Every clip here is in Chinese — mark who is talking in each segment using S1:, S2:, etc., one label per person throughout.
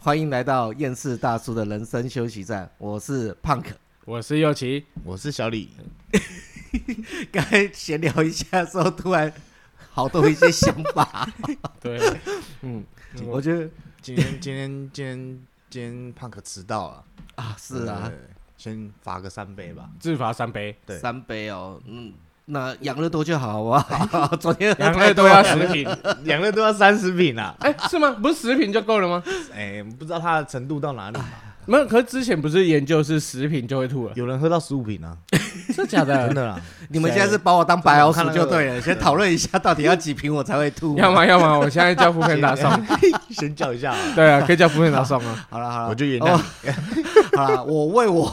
S1: 欢迎来到厌世大叔的人生休息站，我是胖可。
S2: 我是右奇，
S3: 我是小李，
S1: 刚才闲聊一下的时候，突然好多一些想法。
S2: 对，
S1: 嗯，
S3: 嗯
S1: 我觉得
S3: 今天今天今天今天胖可迟到了，
S1: 啊，是啊
S3: 对，，对对先罚个三杯吧。
S2: 自罚 三杯，
S3: 呃对
S1: 三杯哦，嗯，那养乐多就好啊。 昨天喝
S2: 两
S1: 太
S2: 个
S1: 多
S2: 都
S1: 了
S2: 要食品。
S1: 啊
S3: 两个都要三十瓶啊！
S2: 哎、是吗？不是食品就够了吗？
S3: 哎、不知道它的程度到哪里嘛，
S2: 没有，可是之前不是研究是食品就会 吐了，
S3: 有人喝到十五瓶啊，
S2: 是假
S3: 真
S2: 的？
S3: 的啦。
S1: 你们现在是把我当白老鼠就对了，
S3: 我看那个
S1: 先讨论一下到底要几瓶我才会 吐。
S2: 要吗？要吗？我现在叫福片 打送。
S3: 先叫一下啊，
S2: 对啊，可以叫福片打送啊。
S1: 好了好了，
S3: 我就原谅
S1: 哦。好了，我为我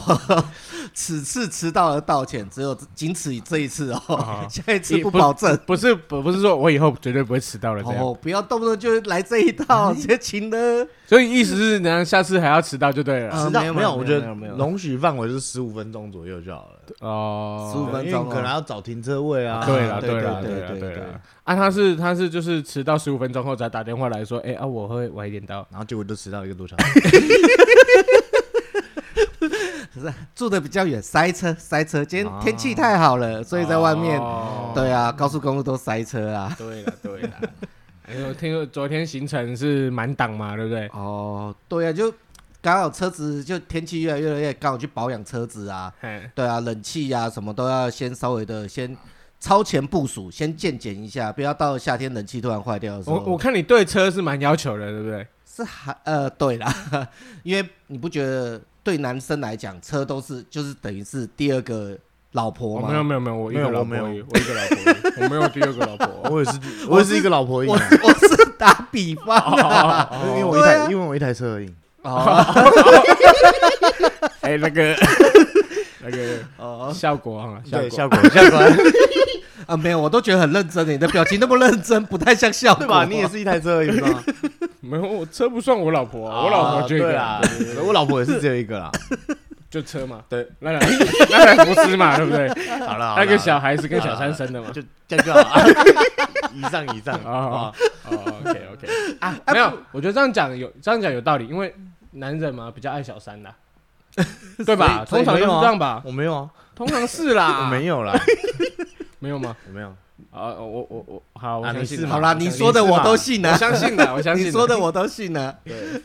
S1: 此次迟到而道歉，只有仅此这一次哦
S2: 好，
S1: 下一次不保证。
S2: 不是，不不是说我以后绝对不会迟到了这样。
S1: 哦，不要动不动就来这一套，这情的
S2: 所以意思是，等下下次还要迟到就对了。
S1: 啊
S3: 迟
S1: 没
S3: 到
S1: 有
S3: 没
S1: 没有
S3: 有，我觉
S1: 没
S3: 得
S1: 有没有
S3: 容许范围就是十五分钟左右就好了。
S2: 哦，
S1: 15分
S3: 因为
S1: 钟
S3: 你可能
S1: 哦
S3: 要找停车位啊。
S2: 对了，
S1: 啊
S2: 对了，
S1: 对
S2: 了，
S1: 对对
S2: 对
S1: 对
S2: 了。啊，他是他是就是迟到十五分钟后才打电话来说，哎啊，我会晚一点到。
S3: 然后结果就迟到一个多小时。
S1: 住的比较远，塞车塞车。今天天气太好了，所以在外面，
S2: 哦
S1: 对啊，高速公路都塞车啊。
S2: 对了，对了。 哎我听说昨天行程是满档嘛，对不对？
S1: 哦，对啊，就刚好车子就天气越来越热，刚好去保养车子啊。
S2: 哎，
S1: 对啊，冷气呀、什么都要先稍微的先超前部署，先健检一下，不要到夏天冷气突然坏掉的时候。
S2: 我
S3: 哦
S2: 我看你对车是蛮要求的，对不对？
S1: 是还呃对啦， 因为你不觉得对男生来讲，车都是就是等于是第二个老婆
S2: 我
S1: 吗？
S2: 哦没有没有没有，我一个老婆
S3: 我没有，
S2: 而已，
S3: 我一个老婆，
S2: 我没有第二个老婆。
S3: 我也是， 我也是一个老婆而已
S1: 我
S3: 啊。
S1: 是我是打比方啊。
S3: 因为我一
S1: 对啊
S3: 台，因为我一台车而已。
S1: 哦
S2: 哎，那个那个
S1: 哦
S2: 效果啊，效
S3: 对，
S2: 果
S3: 效果效果，
S1: 啊，没有，我都觉得很认真，你的表情那么认真，不太像笑
S2: 啊
S3: 对
S1: 话
S3: 吧？你也是一台车而已嘛。
S2: 没有，我车不算我老婆 啊，我老婆就一
S3: 对
S2: 个
S3: 啦
S2: 啊，，
S3: 我老婆也是只有一 个啦。
S2: 就车嘛，
S3: 对，
S2: 那两那两不是嘛，对不对？
S3: 好 了，好啦
S2: 那个小孩是跟小三生的嘛。
S3: 就这样就好 了。以上以上
S2: 哦
S3: 啊，
S2: 哦，OK OK 啊，没有，我觉得这样讲有这样讲有道理，因为男人嘛比较爱小三 啦，对吧？
S3: 所以
S2: 通常都是这样吧，
S3: 我没有啊，
S2: 通常是
S3: 我
S2: 啦，
S3: 没 有啦，
S2: 没有吗？
S3: 我没有。
S2: 啊，我我我好，我
S3: 啊
S2: 相
S3: 你
S2: 信
S3: 是
S2: 啦
S3: 吗
S1: 好啦，
S2: 我
S1: 你
S2: 相信
S1: 说的我都信
S2: 我
S1: 啊，
S2: 相信的，我相信
S1: 你
S2: 啦
S1: 说的我都信啊。
S2: 对，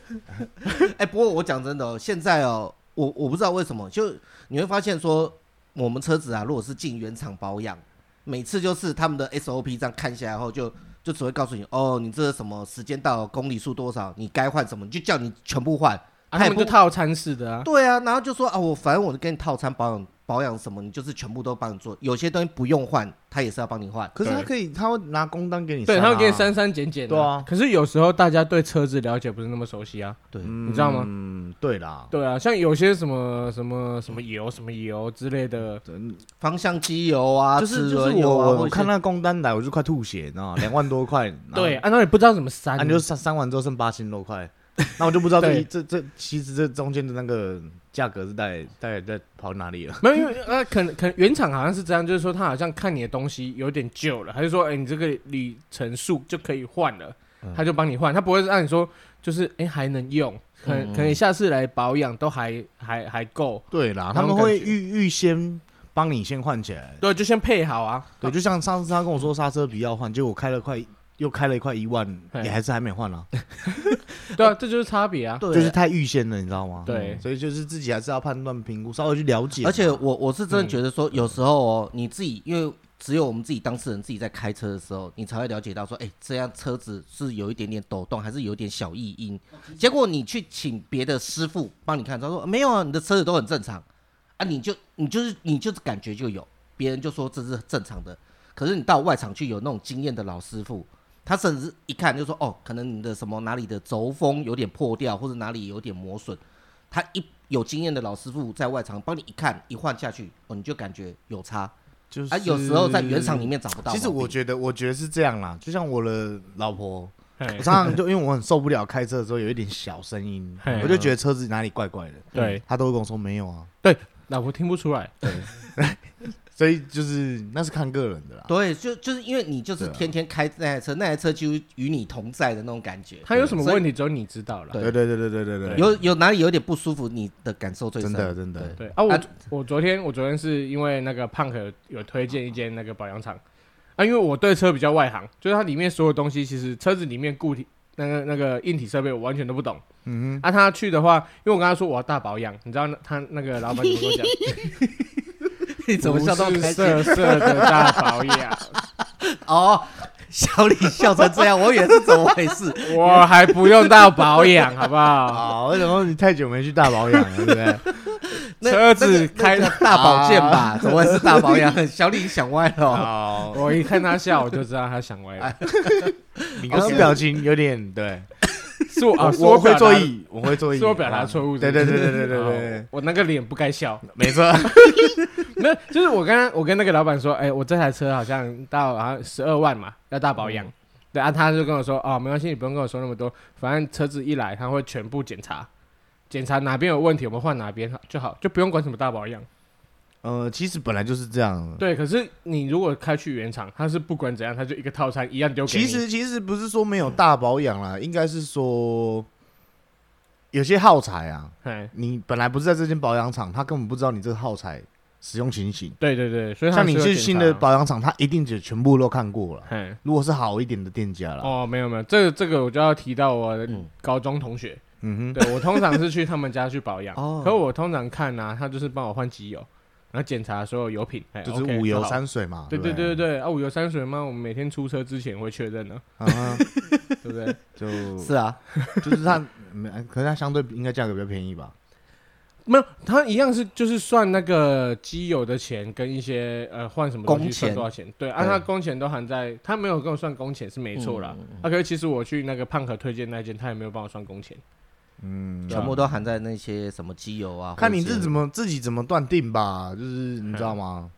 S1: 哎，不过我讲真的哦，现在哦，我我不知道为什么，就你会发现说，我们车子啊，如果是进原厂保养，每次就是他们的 SOP 这样看下来后就。就只会告诉你哦，你这个什么时间到了，公里数多少，你该换什么，你就叫你全部换。
S2: 啊
S1: 他
S2: 他
S1: 也
S2: 们
S1: 不
S2: 就套餐式的啊，
S1: 对啊，然后就说啊，我反正我就给你套餐保养保养什么，你就是全部都帮你做，有些东西不用换，他也是要帮你换。
S3: 可是他可以，他会拿工单给你，啊
S2: 对，他会
S3: 会
S2: 给你。删删减减的。
S3: 对啊
S2: 可是有时候大家对车子了解不是那么熟悉啊。
S1: 对，
S3: 嗯
S2: 你知道吗
S3: 嗯，对啦，
S2: 对啊，像有些什么什么什么油什么油之类的，
S1: 方向机油啊，
S3: 就是
S1: 齿
S3: 就是
S1: 轮油啊，
S3: 我
S1: 或
S3: 我
S1: 者
S3: 看那工单来，我就快吐血，你知 道吗？两万多块，然后
S2: 对，啊，那也不知道怎么删
S3: 啊，，你就删删完之后剩八千多块，那我就不知道这
S2: 对
S3: 这这其实这中间的那个价格是在在在跑哪里了。
S2: 没有，因为呃，可能可能原厂好像是这样，就是说他好像看你的东西有点旧了，他就说，哎、你这个里程数就可以换了，
S3: 嗯
S2: 他就帮你换，他不会让你说就是哎、还能用，可
S3: 嗯
S2: 能、可能下次来保养都还还还够，
S3: 对啦，
S2: 那
S3: 他
S2: 种
S3: 们会
S2: 感觉
S3: 预预先帮你先换起来。
S2: 对，就先配好啊，
S3: 对，就像上次他跟我说刹车皮要换，结果我开了快又开了快一万，
S2: 嘿
S3: 也还是还没换啊，
S2: 对啊，这就是差别啊，
S3: 就是
S1: 对。
S3: 太预先了，你知道吗？
S2: 对
S3: 所以就是自己还是要判断评估，稍微去了解嘛。嗯
S1: 而且我我是真的觉得说，有时候哦，你自己因为只有我们自己当事人自己在开车的时候，你才会了解到说，哎，这辆车子是有一点点抖动，还是有一点小异音。结果你去请别的师傅帮你看，他说没有啊，你的车子都很正常啊，你就你就是你就是感觉就有，别人就说这是正常的。可是你到外场去有那种经验的老师傅，他甚至一看就说哦，可能你的什么哪里的轴峰有点破掉，或者哪里有点磨损。他一有经验的老师傅在外场帮你一看一换下去，哦，你就感觉有差。
S3: 就是
S1: 啊，有时候在原厂里。面找不到毛
S3: 其
S1: 病。
S3: 实我觉得，我觉得是这样啦，就像我的老婆，
S2: 嘿
S3: 我常常就因为我很受不了开车的时候有一点小声音
S2: 嘿，
S3: 我就觉得车子哪里怪怪的，
S2: 对
S3: 她都会跟我说没有啊，
S2: 对，老婆听不出来，
S3: 所以就是那是看个人的啦。
S1: 对，就就是因为你就是
S3: 对啊
S1: 天天开那台车，那台车几乎与你同在的那种感觉。
S2: 他有什么
S1: 所以
S2: 问题只有你知道了。
S1: 对
S3: 对对对对对对对，
S1: 有有哪里有点不舒服，你的感受最
S3: 真
S1: 深。
S3: 的真的
S1: 对
S2: 对啊，我
S1: 啊
S2: 我昨天我昨天是因为那个胖可有推荐一间那个保养厂啊，因为我对车比较外行，就是它里面所有东西其实车子里面固体那个那个硬体设备我完全都不懂。嗯啊，他去的话，因为我跟他说我要大保养，你知道那他那个老板怎么跟我讲？
S1: 你 怎么笑到
S2: 不
S1: 开心？
S2: 是色色的大保 养，
S1: 哦，小李笑成这样，我以为是怎么回 事？
S2: 我还不用到保养，好不好？
S3: 啊，我想说你太久没去大保养了，对 不对？
S1: 那
S2: 车子开
S1: 那个那个 大保健
S3: 啊
S1: 吧，怎么会是大保养？小李想歪了哦。
S3: 好，
S2: 我一看他笑，我就知道他想歪
S3: 哎
S2: 了。
S3: 你刚刚哦表情有点对，
S2: 是我啊，
S3: 我
S2: 是
S3: 我会
S2: 表达
S3: 做，意，我会做意，
S2: 是我表达错误。
S3: 对对对对对对对
S2: 哦
S3: 对，
S2: 我那个脸不该笑。
S3: 没错，
S2: 没有，就是我刚刚我跟那个老板说，哎、我这台车好像到好像十二万嘛，要大保
S3: 嗯
S2: 养。对啊，他就跟我说，哦，没关系，你不用跟我说那么多，反正车子一来，他会全部检查，检查哪边有问题，我们换哪边就好，就不用管什么大保养。
S3: 呃，其实本来就是这样。
S2: 对，可是你如果开去原厂，他是不管怎样，他就一个套餐一样丢给你。
S3: 其实其实不是说没有大保养啦，应该是说有些耗材啊，
S2: 哎，
S3: 你本来不是在这间保养厂，他根本不知道你这个耗材使用情形。
S2: 对对对，所以他
S3: 像你
S2: 是有
S3: 去
S2: 检
S3: 新
S2: 查
S3: 的，保养厂，他一定就全部都看过了。
S2: 哎，
S3: 如果是好一点的店家了，
S2: 哦，没有没有，这个这个我就要提到我的
S1: 嗯
S2: 高中同学，
S3: 嗯哼，
S2: 对我通常是去他们家去保养，
S1: 哦
S2: 可我通常看啊，他就是帮我换机油，然后检查所有油品，哎
S3: 就是
S2: OK，
S3: 五油
S2: 好
S3: 三水嘛。
S2: 对
S3: 对
S2: 对对
S3: 不
S2: 对，对啊，五油三水嘛，我们每天出车之前会确认的，
S3: 啊哈
S2: 对不对？
S3: 就是
S1: 啊，
S3: 就是它，没可是它相对应该价格比较便宜吧？
S2: 没有，他一样是就是算那个机油的钱跟一些呃换什么东西
S1: 工钱
S2: 算多少钱，对，按、
S1: 对
S2: 他工钱都含在，他没有跟我算工钱是没错啦。
S1: 嗯
S2: 啊，可是其实我去那个胖可推荐那间，他也没有帮我算工钱。啊
S3: 嗯，
S1: 全部都含在那些什么机油啊，
S3: 看你
S1: 或者
S3: 是
S1: 是
S3: 怎么自己怎么断定吧，就是你知道吗？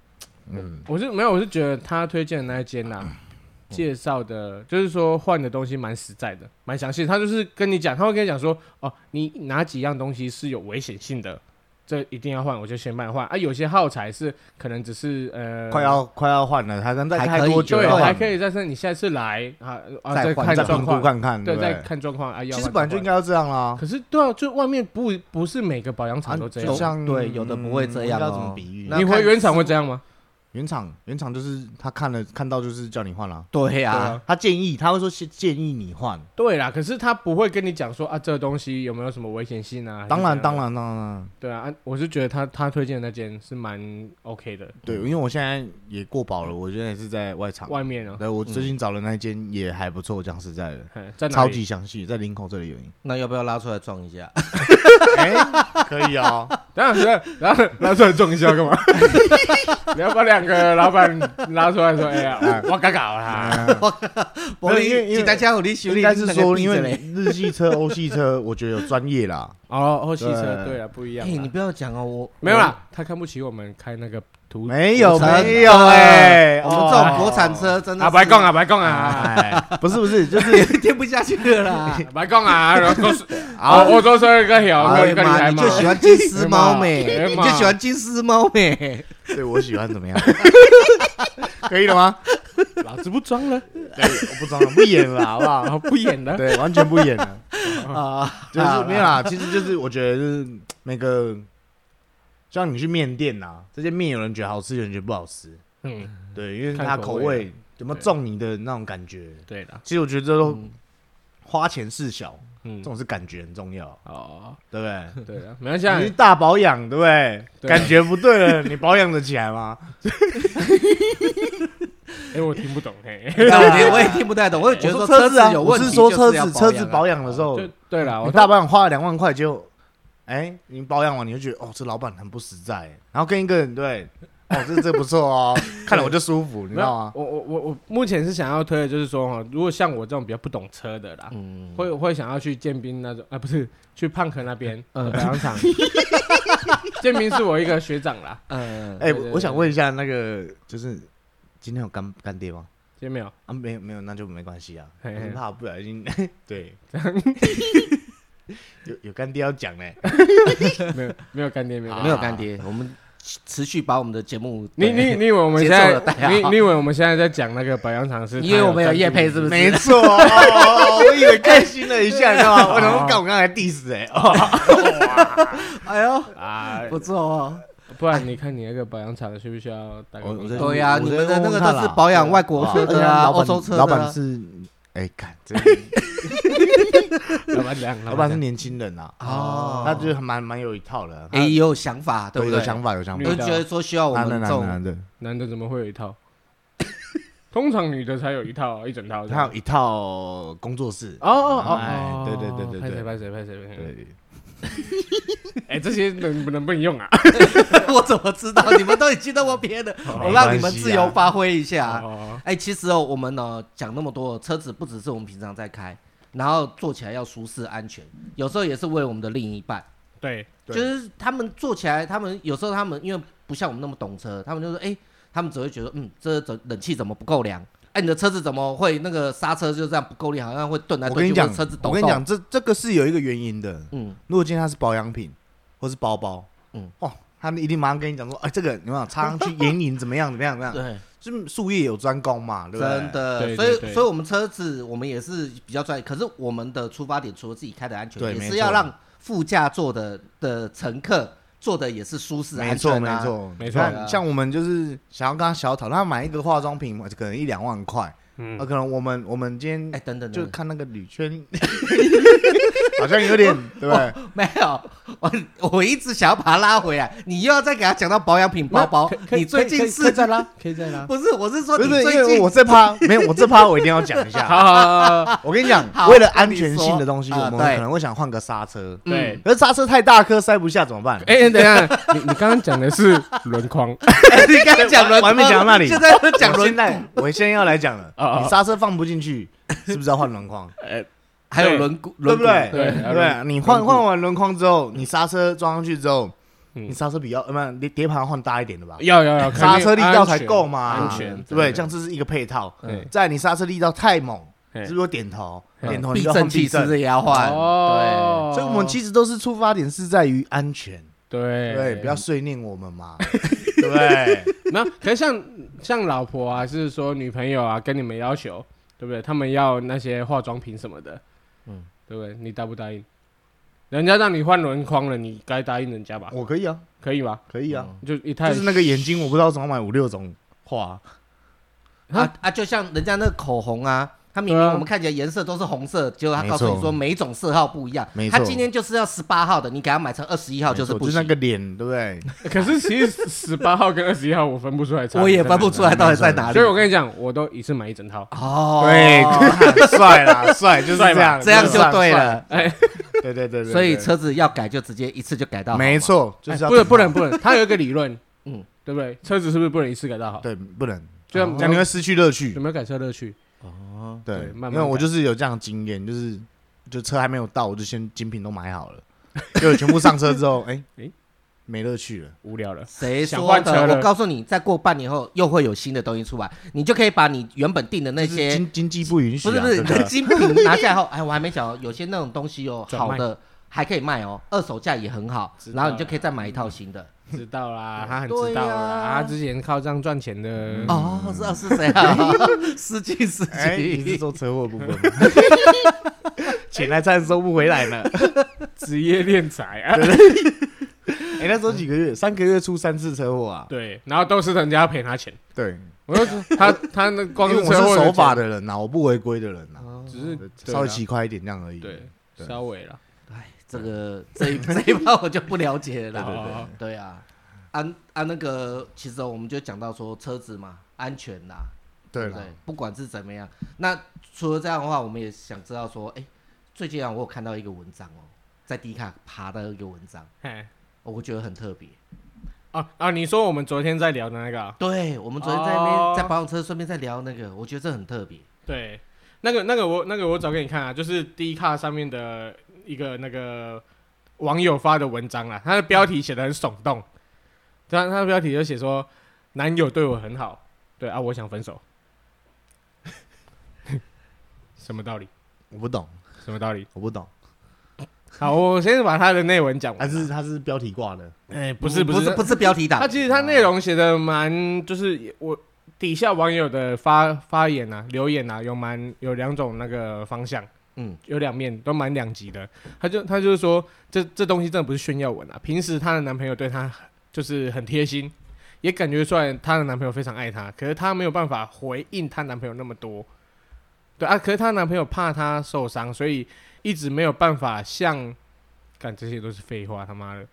S3: 嗯，
S2: 我是没有，我是觉得他推荐的那一间呐、介绍的，就是说换的东西蛮实在的，蛮详细的。他就是跟你讲，他会跟你讲说，哦，你哪几样东西是有危险性的，这一定要换，我就先帮你换啊。有些耗材是可能只是呃，
S3: 快要快要换了，还能再
S1: 还
S3: 开
S1: 可以
S3: 多久
S2: 对，
S1: 了
S3: 要换？
S2: 还可以再是你下次来啊啊，
S1: 再换
S2: 看
S3: 再
S2: 状
S3: 评估
S2: 况，
S3: 看看，
S2: 对，
S3: 对不
S2: 再
S3: 对？
S2: 看状况啊。要
S3: 其实
S2: 换
S3: 本来就应
S2: 换
S3: 该要这样啦。
S2: 可是对啊，就外面不不是每个保养
S3: 啊
S2: 厂都这
S3: 就
S2: 样。
S3: 像
S1: 对有的不会这样
S3: 嗯我不知道
S1: 哦
S3: 怎么比喻？
S1: 那
S2: 你回
S1: 看
S2: 原厂会这样吗？
S3: 原厂原厂就是他看了看到就是叫你换啦，
S1: 对
S2: 对
S1: 啊
S2: 啊，
S3: 他建议他会说是建议你换，
S2: 对啦，可是他不会跟你讲说啊，这个东西有没有什么危险性啊？还是
S3: 当然
S2: 怎样
S3: 当
S2: 啊
S3: 然当然，
S2: 对啊，啊我是觉得他他推荐的那间是蛮 OK 的，
S3: 对，因为我现在也过保了，我现在是在外厂，
S2: 外面啊，
S3: 对，我最近找的那一间也还不错，讲实在的，
S2: 嗯在哪里
S3: 超级详细，在林口这里有一。
S1: 那要不要拉出来撞一 下？
S3: 哎，可以哦，
S2: 等一下，等一下然后拿出来撞一下干嘛？你要把两个老板拉出来说，哎呀，我我搞搞啦，
S1: 我
S3: 因为因为
S1: 大家有你修理，
S3: 应该是说，
S1: 你
S3: 因
S1: 那个闭着
S3: 为
S1: 嘞
S3: 日系车、欧系车，我觉得有专 业啦，
S2: 哦，后汽车
S3: 对
S2: 对啊，不一样
S1: 哎，你
S2: 啦，
S1: 不要讲哦，我
S2: 没有，啦，他看不起我们开那个途
S3: 没有
S1: 国产
S3: 没有哎，
S1: 我我们这种国产车真的
S2: 哦啊，白讲
S1: 啊，
S2: 啊，白讲啊。
S3: 哎， 不是不是，就是
S1: 听不下去了 啦。
S2: 白讲啊，然后啊，欧洲车个小
S1: 哎
S2: 个
S1: 呀
S2: 个
S1: 妈，
S2: 还
S1: 你
S2: 嘛
S1: 就，喜欢金丝猫妹，哎
S2: 哎呀
S1: 你
S2: 妈
S1: 就喜欢金丝猫妹。
S3: 对我喜欢怎么样？ 可以了吗？
S2: 老子不装了，
S3: 对，我不装了，不演了，好 不好？
S2: 啊，不演了，
S3: 对，完全不演了，
S1: 啊，
S3: 就是没有啦。其实就是我觉得就是那个，就像你去面店呐，这些面有人觉得好吃，有人觉得不好吃，
S2: 嗯，
S3: 对，因为
S2: 看
S3: 它
S2: 口
S3: 口
S2: 味
S1: 啊
S3: 味有没有
S2: 对
S3: 中你的那种感觉。
S2: 对啦，
S3: 其实我觉得这都
S1: 嗯
S3: 花钱事小，
S2: 嗯
S3: 这，种是感觉很重要，
S2: 哦，
S3: 对不对？
S2: 对了，没关系啊
S3: 你，是大保养，对不对？
S2: 对
S3: 感觉不对了，你保养得起来 吗？
S2: 哎，我听不懂，嘿。
S1: 对我也我也听不太懂，我也觉得
S3: 我
S1: 说
S3: 说车
S1: 子
S3: 啊，
S1: 有
S3: 我
S1: 问题，
S3: 是说车
S1: 就是要
S3: 子车子
S1: 养啊
S3: 保养的时候
S2: 就，对啦，我
S3: 你大保养花了两万块就，哎，你保养完你就觉得哦，这老板很不实在，然后跟一个人对，哦，这这不错 哦，看了我就舒服，你知
S2: 没
S3: 道啊
S2: 有
S3: 吗，？
S2: 我我我我目前是想要推的，就是说哈，如果像我这种比较不懂车的啦，
S1: 嗯，
S2: 会会想要去建兵那种，啊不是去胖克那边
S1: 嗯
S2: 呃保养厂，建兵是我一个学长啦，
S1: 嗯，
S3: 哎，
S2: 对对
S3: 我想问一下，那个就是今天有干干爹吗？
S2: 见没有？
S3: 啊，没有没有，那就没关系啊，我
S2: 嘿嘿
S3: 是怕不小心 对，有有干爹要讲嘞，
S2: 没有没有干爹，没有干
S1: 啊没有
S2: 爹
S1: 干爹，我们持续把我们的节目
S2: 你你你以为我们
S1: 节
S2: 现
S1: 奏
S2: 在
S1: 有带好
S2: 你你以为我们现在在讲那个保养厂是？
S1: 因为我们有业配，是不
S3: 没
S1: 是？
S3: 错，哦我以为开心了一下，你知道吗？我
S1: 哦
S3: 想说，干我刚才 diss 哎，哦
S1: 哎呦，
S2: 啊，
S1: 不错哦。
S2: 不然你看你那个保养厂需不需要打个
S4: 我我
S2: 广告
S4: 在
S1: 对呀，
S4: 我
S1: 你
S4: 在
S1: 们
S4: 问
S1: 的那个
S4: 问看
S1: 都是
S4: 啦
S1: 保养外国车
S4: 而且
S1: 的啊，
S4: 老
S1: 欧
S4: 板
S1: 洲车的啊。
S4: 老板是
S3: 哎，看 这个
S2: 老板娘，
S3: 老板是年轻 人啊，
S1: 哦，
S3: 他就是蛮蛮有一套的，他
S1: 哎也有想法，对不
S3: 有
S1: 对？
S3: 想法，有想法啊
S1: 我就。觉得说需要我
S3: 男的
S1: 们这
S3: 男的
S1: 种
S3: 男的，
S2: 男的怎么会有一套？ 通常女的才有一套啊，一整套这
S3: 他
S2: 样。
S3: 有一套工作室，
S2: 哦哦哦
S3: 哎
S2: 哦，
S3: 对对对对
S2: 拍谁
S3: 对
S2: 拍谁拍谁拍谁。
S3: 对，
S2: 哎，这些能不能不能用 啊？
S1: 我怎么知道？你们都已经那么偏了，
S3: 哦
S1: 我让你们自由发挥一下。
S3: 啊
S2: 哦，
S1: 哎、其实哦，我们呢讲那么多，车子不只是我们平常在开，然后坐起来要舒适安全，有时候也是为我们的另一半，
S2: 对，
S1: 就
S3: 对
S1: 是他们坐起来，他们有时候他们因为不像我们那么懂车，他们就说，哎、他们只会觉得，嗯，这冷冷气怎么不够凉？哎、你的车子怎么会那个刹车就这样不够力，好像会顿来
S3: 我
S1: 顿
S3: 跟
S1: 去，
S3: 你讲
S1: 或者车子，抖
S3: 我
S1: 动。
S3: 跟你讲，，这这个是有一个原因的。
S1: 嗯，
S3: 如果今天它是保养品或是包包，
S1: 嗯
S3: 嗯，哦，他们一定马上跟你讲说，哎，这个你们插上去 眼影怎么样，怎么样，怎么样？
S1: 对，
S3: 就是术业有专攻嘛，对不对？
S1: 真，的，
S2: 对
S1: 所以
S2: 对对
S1: 所以我们车子我们也是比较专业，可是我们的出发点除了自己开的安全，
S3: 对
S1: 也
S3: 没
S1: 是
S3: 错
S1: 要让副驾坐的的乘客坐的也是舒适
S3: 没
S1: 安
S3: 错，
S1: 全、
S3: 没
S1: 啊，。
S3: 错，
S2: 没错
S3: 像
S1: 对啊
S3: 像我们就是想要跟他小讨，他买一个化妆品，可能一两万块，
S2: 嗯
S3: 那，可能我们我们今
S1: 哎，
S3: 天
S1: 等等，
S3: 就
S1: 等等
S3: 看那个铝圈， 好像有点对不对？
S1: 没有， 我我一直想要把他拉回来，你又要再给他讲到保养品包包
S2: 那可，可以
S1: 你最
S2: 可以
S1: 近
S2: 可以
S1: 是
S2: 再拉，可以再拉。
S1: 不是？我是说
S3: 不
S1: 你
S3: 是，因
S1: 最
S3: 为
S1: 近
S3: 我这趴没有，我这趴我一定要讲一 下。
S2: 好好好， 好
S3: 我跟你讲
S1: 好，
S3: 为了安全性的东西，
S1: 跟你说
S3: 我们
S1: 啊对
S3: 可能会想换个刹车，
S2: 对。
S3: 可是刹车太大颗塞不下怎么办？
S2: 哎，哎等一下，你你刚刚讲的是轮框
S1: 你刚刚讲轮，
S3: 我还没讲到那里
S1: 现在 又讲
S3: 我
S1: 轮，
S3: 现在我现在要来讲了
S2: 哦哦，
S3: 你刹车放不进去，是不是要换轮框？
S1: 还有轮毂，
S3: 对
S1: 轮
S3: 不
S1: 毂
S3: 对？
S2: 对
S3: 对
S2: 要
S3: 不
S2: 轮
S3: 对，你换
S2: 轮毂
S3: 换完轮框之后，你刹车装上去之后，
S2: 嗯
S3: 你刹车比较呃，不，碟碟盘换大一点的吧，
S2: 要要要，
S3: 刹车力
S2: 肯定
S3: 道才够嘛，
S2: 安全嗯
S3: 对不对？这样这是一个配套
S2: 对。
S3: 再来你刹车力道太猛，
S2: 嘿
S3: 是不是有点头？
S2: 嘿
S3: 点头你
S1: 避
S3: 就要换
S1: 震器是不
S3: 避
S1: 是也要换？
S2: 哦，
S3: 所以我们其实都是出发点是在于安全，
S2: 对
S3: 对，不要碎念我们嘛，对不对？
S2: 没有，可是像像老婆啊，还是说女朋友啊，跟你们要求，对不对？他们要那些化妆品什么的，嗯
S1: 嗯，
S2: 对不对？你答不答应？人家让你换轮框了，你该答应人家吧？
S3: 我可以啊，
S2: 可以吧？
S3: 可以啊，
S2: 就一太
S3: 就是那个眼睛，我不知道怎么买五六种画，
S2: 啊
S1: 啊啊，就像人家那个口红啊，它明明
S2: 对啊
S1: 我们看起来颜色都是红色，结果他
S3: 没
S1: 告诉你
S3: 错
S1: 说每种色号不一样
S3: 没，
S1: 他
S3: 错
S1: 今天就是要十八号的，你给他买成二十一号就是
S3: 没错
S1: 不
S3: 就是那
S1: 行。
S3: 个脸，对不对？
S2: 可是其实十八号跟二十一号我分不出来差，
S1: 我也分不出来到底在哪里。
S2: 所以我跟你讲，我都一次买一整套。哎
S1: 哦，
S3: 对， 帅啦，帅就是
S2: 帅嘛
S3: 这样，
S1: 这样
S3: 就是
S1: 就对了。啊
S2: 哎，
S3: 帅，对对对对，
S1: 所以
S3: 对
S1: 车子要改就直接一次就改到好嘛，
S3: 没错，就是
S2: 哎
S3: 要
S2: 不能不能不能，它有一个理论，嗯
S1: 嗯，
S2: 对不对？车子是不是不能一次改到好？
S3: 对不能，
S2: 就像
S3: 这样你会失去乐趣
S2: 有。没有改车乐趣？
S1: 哦，
S3: 对
S2: 对，慢慢
S3: 因为我
S2: 改
S3: 就是有这样的经验，就是就车还没有到，我就先精品都买好了， 就全部上车之后，哎
S2: 哎
S3: 没乐趣了。
S2: 无聊了，
S1: 谁
S2: 想
S1: 说
S2: 换车
S1: 的？
S2: 了
S1: 我告诉你，再过半年后又会有新的东西出来，你就可以把你原本定的那
S3: 就是
S1: 些
S3: 经经济不允许
S1: 不是
S3: 啊，
S1: 不是
S3: 对对
S1: 你的精品拿下来后，哎，我还没讲哦，有些那种东西哦，
S2: 转
S1: 好
S2: 卖
S1: 的还可以卖哦，二手价也很好
S2: 知，道
S1: 然后你就可以再买一套新的。
S2: 知道啦，他很
S1: 对
S2: 知道啦，
S1: 呀
S2: 他之前靠这样赚钱的。
S1: 哦，知道是谁 啊？司机，司
S3: 嗯 哎，你是
S1: 机，
S3: 说车祸部分吗？钱还差点收不回来呢。
S2: 职业敛财啊，
S3: 哎、那时候几个月，三个月出三次车祸啊。
S2: 对，然后都是人家要赔他钱，
S3: 对，
S2: 我就说 他他那
S3: 因
S2: 光
S3: 为
S2: 是
S3: 我
S2: 车
S3: 是
S2: 祸
S3: 守法
S2: 的
S3: 的人呐、我不违规的人呐、
S2: 钱，只是对啊
S3: 稍微骑快一点这样而已。
S2: 对，
S3: 对
S2: 稍微了，
S1: 这个这一 这一趴我就不了解了
S2: 对
S1: 啦。
S2: 对对
S1: 对啊，安啊那个，其实哦我们就讲到说车子嘛，安全啦，
S3: 对
S1: 不
S3: 啦
S1: 对？不管是怎么样，那除了这样的话，我们也想知道说，哎，最近啊，我有看到一个文章哦，在 D 卡爬到一个文章，
S2: 嘿，
S1: 哦我觉得很特别。
S2: 啊啊，你说我们昨天在聊的那个啊，
S1: 对，我们昨天在那边在
S2: 哦
S1: 保养车，顺便在聊那个，我觉得这很特别。
S2: 对，那个那个我那个我找给你看啊，就是 D 卡上面的一个那个网友发的文章啊，他的标题写的很耸动，他他的标题就写说男友对我很好，对啊，我想分手， 什么道理？
S3: 我不懂，
S2: 什么道理？
S3: 我不懂。
S2: 好，我先把他的内文讲
S3: 还
S2: 完。
S3: 是它是标题挂的？
S2: 哎，不是
S1: 不
S2: 是
S1: 是不是标题党
S2: 他，其实他内容写的蛮，就是我底下网友的发发言啊、留言啊，有蛮有两种那个方向，
S1: 嗯，
S2: 有两面都蛮两极的。他就他就是说，这这东西真的不是炫耀文啊。平时她的男朋友对她就是很贴心，也感觉出来她的男朋友非常爱她，可是她没有办法回应她男朋友那么多。对啊，可是她男朋友怕她受伤，所以一直没有办法像，干这些都是废话，他妈的。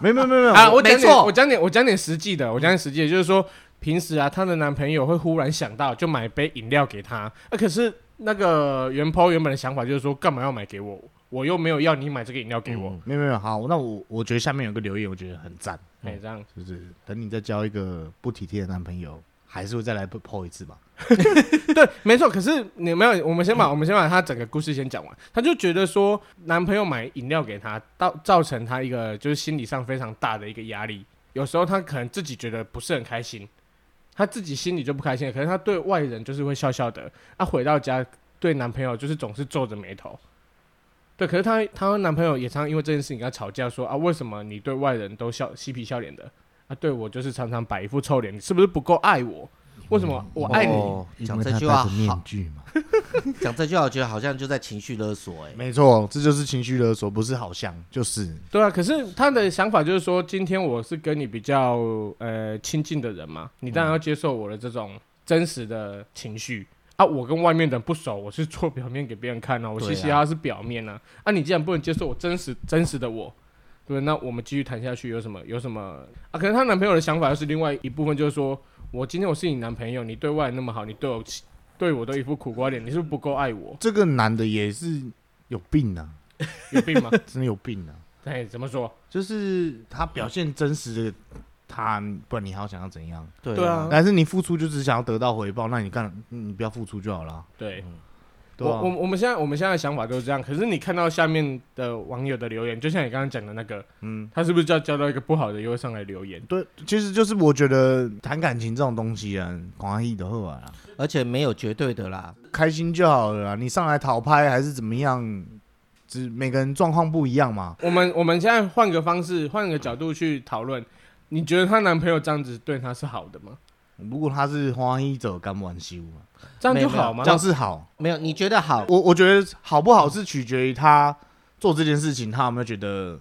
S3: 没有没 有没有没有
S2: 啊，我讲
S1: 没
S2: 点，
S1: 错
S2: 我讲点，我讲点实际的，我讲点实际的，就是说平时啊，她的男朋友会忽然想到就买杯饮料给她，啊，可是那个原 po 原本的想法就是说，干嘛要买给我？我又没有要你买这个饮料给
S1: 嗯
S2: 我，
S3: 没有没有好，那我我觉得下面有个留言，我觉得很赞，
S1: 嗯
S2: 哎、这样
S3: 就是等你再交一个不体贴的男朋友，还是会再来 PO 一次吧。
S2: 对，没错。可是你没有，我们先把、我们先把她整个故事先讲完。她就觉得说，男朋友买饮料给她，到造成她一个就是心理上非常大的一个压力。有时候她可能自己觉得不是很开心，她自己心里就不开心了，可是她对外人就是会笑笑的。她、回到家对男朋友就是总是皱着眉头。对，可是她她和男朋友也常常因为这件事情跟她吵架说，啊，为什么你对外人都笑嬉皮笑脸的，啊，对我就是常常摆一副臭脸，你是不是不够爱我？为什么我爱你？
S1: 哦讲
S3: 因为
S1: 这
S3: 他
S1: 句
S3: 戴
S1: 话
S3: 着面
S1: 好，
S3: 具嘛，
S1: 讲这句话，我觉得好像就在情绪勒索，哎，
S3: 没错，这就是情绪勒索，不是好像就是
S2: 对啊，可是他的想法就是说，今天我是跟你比较呃亲近的人嘛，你当然要接受我的这种真实的情绪、啊。我跟外面的人不熟，我是做表面给别人看呢、我
S1: 对啊
S2: 嘻嘻哈哈是表面啊。啊，你既然不能接受我真实真实的我，对不对，那我们继续谈下去有什么有什么啊？可能她男朋友的想法又是另外一部分，就是说我今天我是你男朋友，你对外那么好，你对我对我都一副苦瓜脸，你是不是不够爱我？
S3: 这个男的也是有病啊，
S2: 有病 吗？
S3: 真的有病啊，
S2: 哎，怎么说？
S3: 就是他表现真实的他，不然你还要想要怎样？
S1: 对
S2: 对啊
S3: 但是你付出就只想要得到回报，那你干你不要付出就好了，
S2: 对。
S3: 对啊
S2: 我
S3: 吧
S2: 我？我们现在我们现在的想法都是这样，可是你看到下面的网友的留言，就像你刚刚讲的那个，
S3: 嗯，
S2: 他是不是叫交到一个不好的又会上来留言？
S3: 对，其实就是我觉得谈感情这种东西啊，广义的话啊，
S1: 而且没有绝对的啦，
S3: 开心就好了啦。啊你上来讨拍还是怎么样？只每个人状况不一样嘛。
S2: 我们我们现在换个方式，换个角度去讨论，你觉得她男朋友这样子对她是好的吗？
S3: 如果他是欢喜者甘愿修嘛，
S2: 这样就好吗
S3: 这？样是好。
S1: 没有，你觉得好？
S3: 我我觉得好不好是取决于他做这件事情，他有没有觉得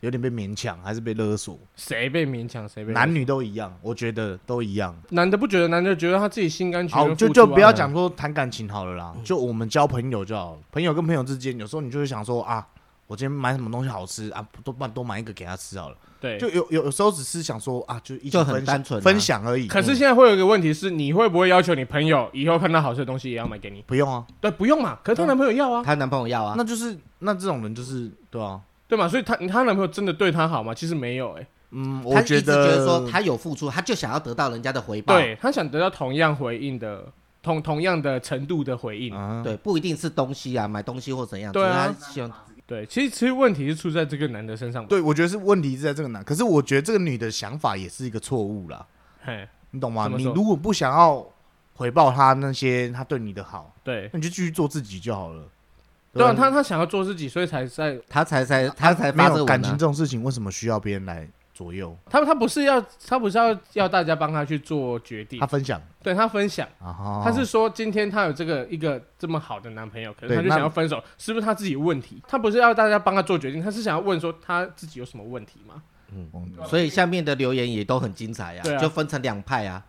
S3: 有点被勉强，还是被勒索。
S2: 谁被勉强，谁被
S3: 男女都一样，我觉得都一样。
S2: 男的不觉得，男的觉得他自己心甘情愿
S3: 好，
S2: 付
S3: 就
S2: 出
S3: 就
S2: 啊嗯
S3: 不要讲说谈感情好了啦，就我们交朋友就好了。朋友跟朋友之间，有时候你就会想说啊，我今天买什么东西好吃啊，多买多买一个给他吃好了。
S2: 对。
S3: 就有有有时候只是想说啊，就一起
S1: 就很
S3: 分享
S1: 单纯啊
S3: 分享而已。嗯
S2: 可是现在会有一个问题是，你会不会要求你朋友以后看到好吃的东西也要买给你？
S3: 不用啊，
S2: 对，不用嘛。可是她男朋友要啊，
S1: 她男朋友要啊，
S3: 那就是那这种人就是对啊，
S2: 对嘛？所以她她男朋友真的对她好吗？其实没有哎、
S3: 嗯，
S1: 她
S3: 我
S1: 一直
S3: 觉
S1: 觉
S3: 得
S1: 得说她有付出，她就想要得到人家的回报，
S2: 对他想得到同样回应的同同样的程度的回应。
S3: 嗯
S1: 对，不一定是东西啊，买东西或怎样，
S2: 对啊
S1: 只是她希望
S2: 对，其实其实问题是出在这个男的身上吧。
S3: 对，我觉得是问题是在这个男，可是我觉得这个女的想法也是一个错误啦，
S2: 嘿，
S3: 你懂吗？
S2: 怎么
S3: 你
S2: 说
S3: 如果不想要回报他那些他对你的好，
S1: 啊
S2: 对，
S3: 那你就继续做自己就好了。
S2: 对啊，
S3: 吧
S2: 他他想要做自己，所以才在
S1: 她才才她才
S3: 没
S1: 发这个
S3: 有
S1: 文啊
S3: 感情这种事情，为什么需要别人来左右？
S2: 他他不是要他不是要要大家帮他去做决定
S3: 他，分享
S2: 对他分享。
S3: 啊
S1: 哦
S3: 哈，
S2: 他是说，今天他有这个一个这么好的男朋友，可是
S3: 对
S2: 他就
S3: 那
S2: 想要分手，是不是他自己有问题？他不是要大家帮他做决定，他是想要问说他自己有什么问题吗？
S3: 嗯
S1: 所以下面的留言也都很精彩呀、
S2: 对啊
S1: 就分成两派啊。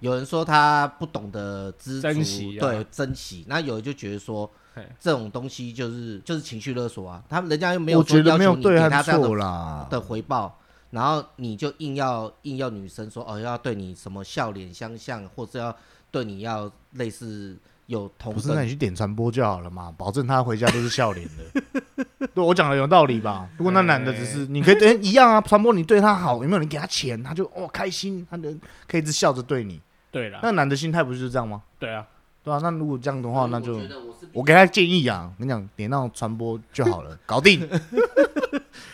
S1: 有人说他不懂得知足
S2: 珍惜啊
S1: 对珍惜，那有人就觉得说
S2: 嘿
S1: 这种东西就是就是情绪勒索啊，他们人家又没
S3: 我
S1: 有说
S3: 觉得
S1: 要
S3: 没
S1: 求
S3: 有
S1: 你
S3: 对
S1: 给
S3: 还
S1: 他这
S3: 是
S1: 样
S3: 错
S1: 的
S3: 啦，
S1: 的回报，然后你就硬要硬要女生说哦要对你什么笑脸相向，或者要对你要类似有同
S3: 不是，那
S1: 等
S3: 你去点传播就好了嘛， 保证他回家都是笑脸的。 对我讲的有道理吧？如果那男的只
S1: 哎
S3: 是，你可以对一样啊，传播你对他好，有没有人给他钱，他就哦开心，他能可以一直笑着对你。
S2: 对
S1: 啊
S2: 啦，
S3: 那男的心态不就是这样吗？
S2: 对啊，
S3: 对啊，那如果这样的话，那就
S1: 我觉得我是比
S3: 我给他建议啊，跟你讲，点那种传播就 好了，搞定。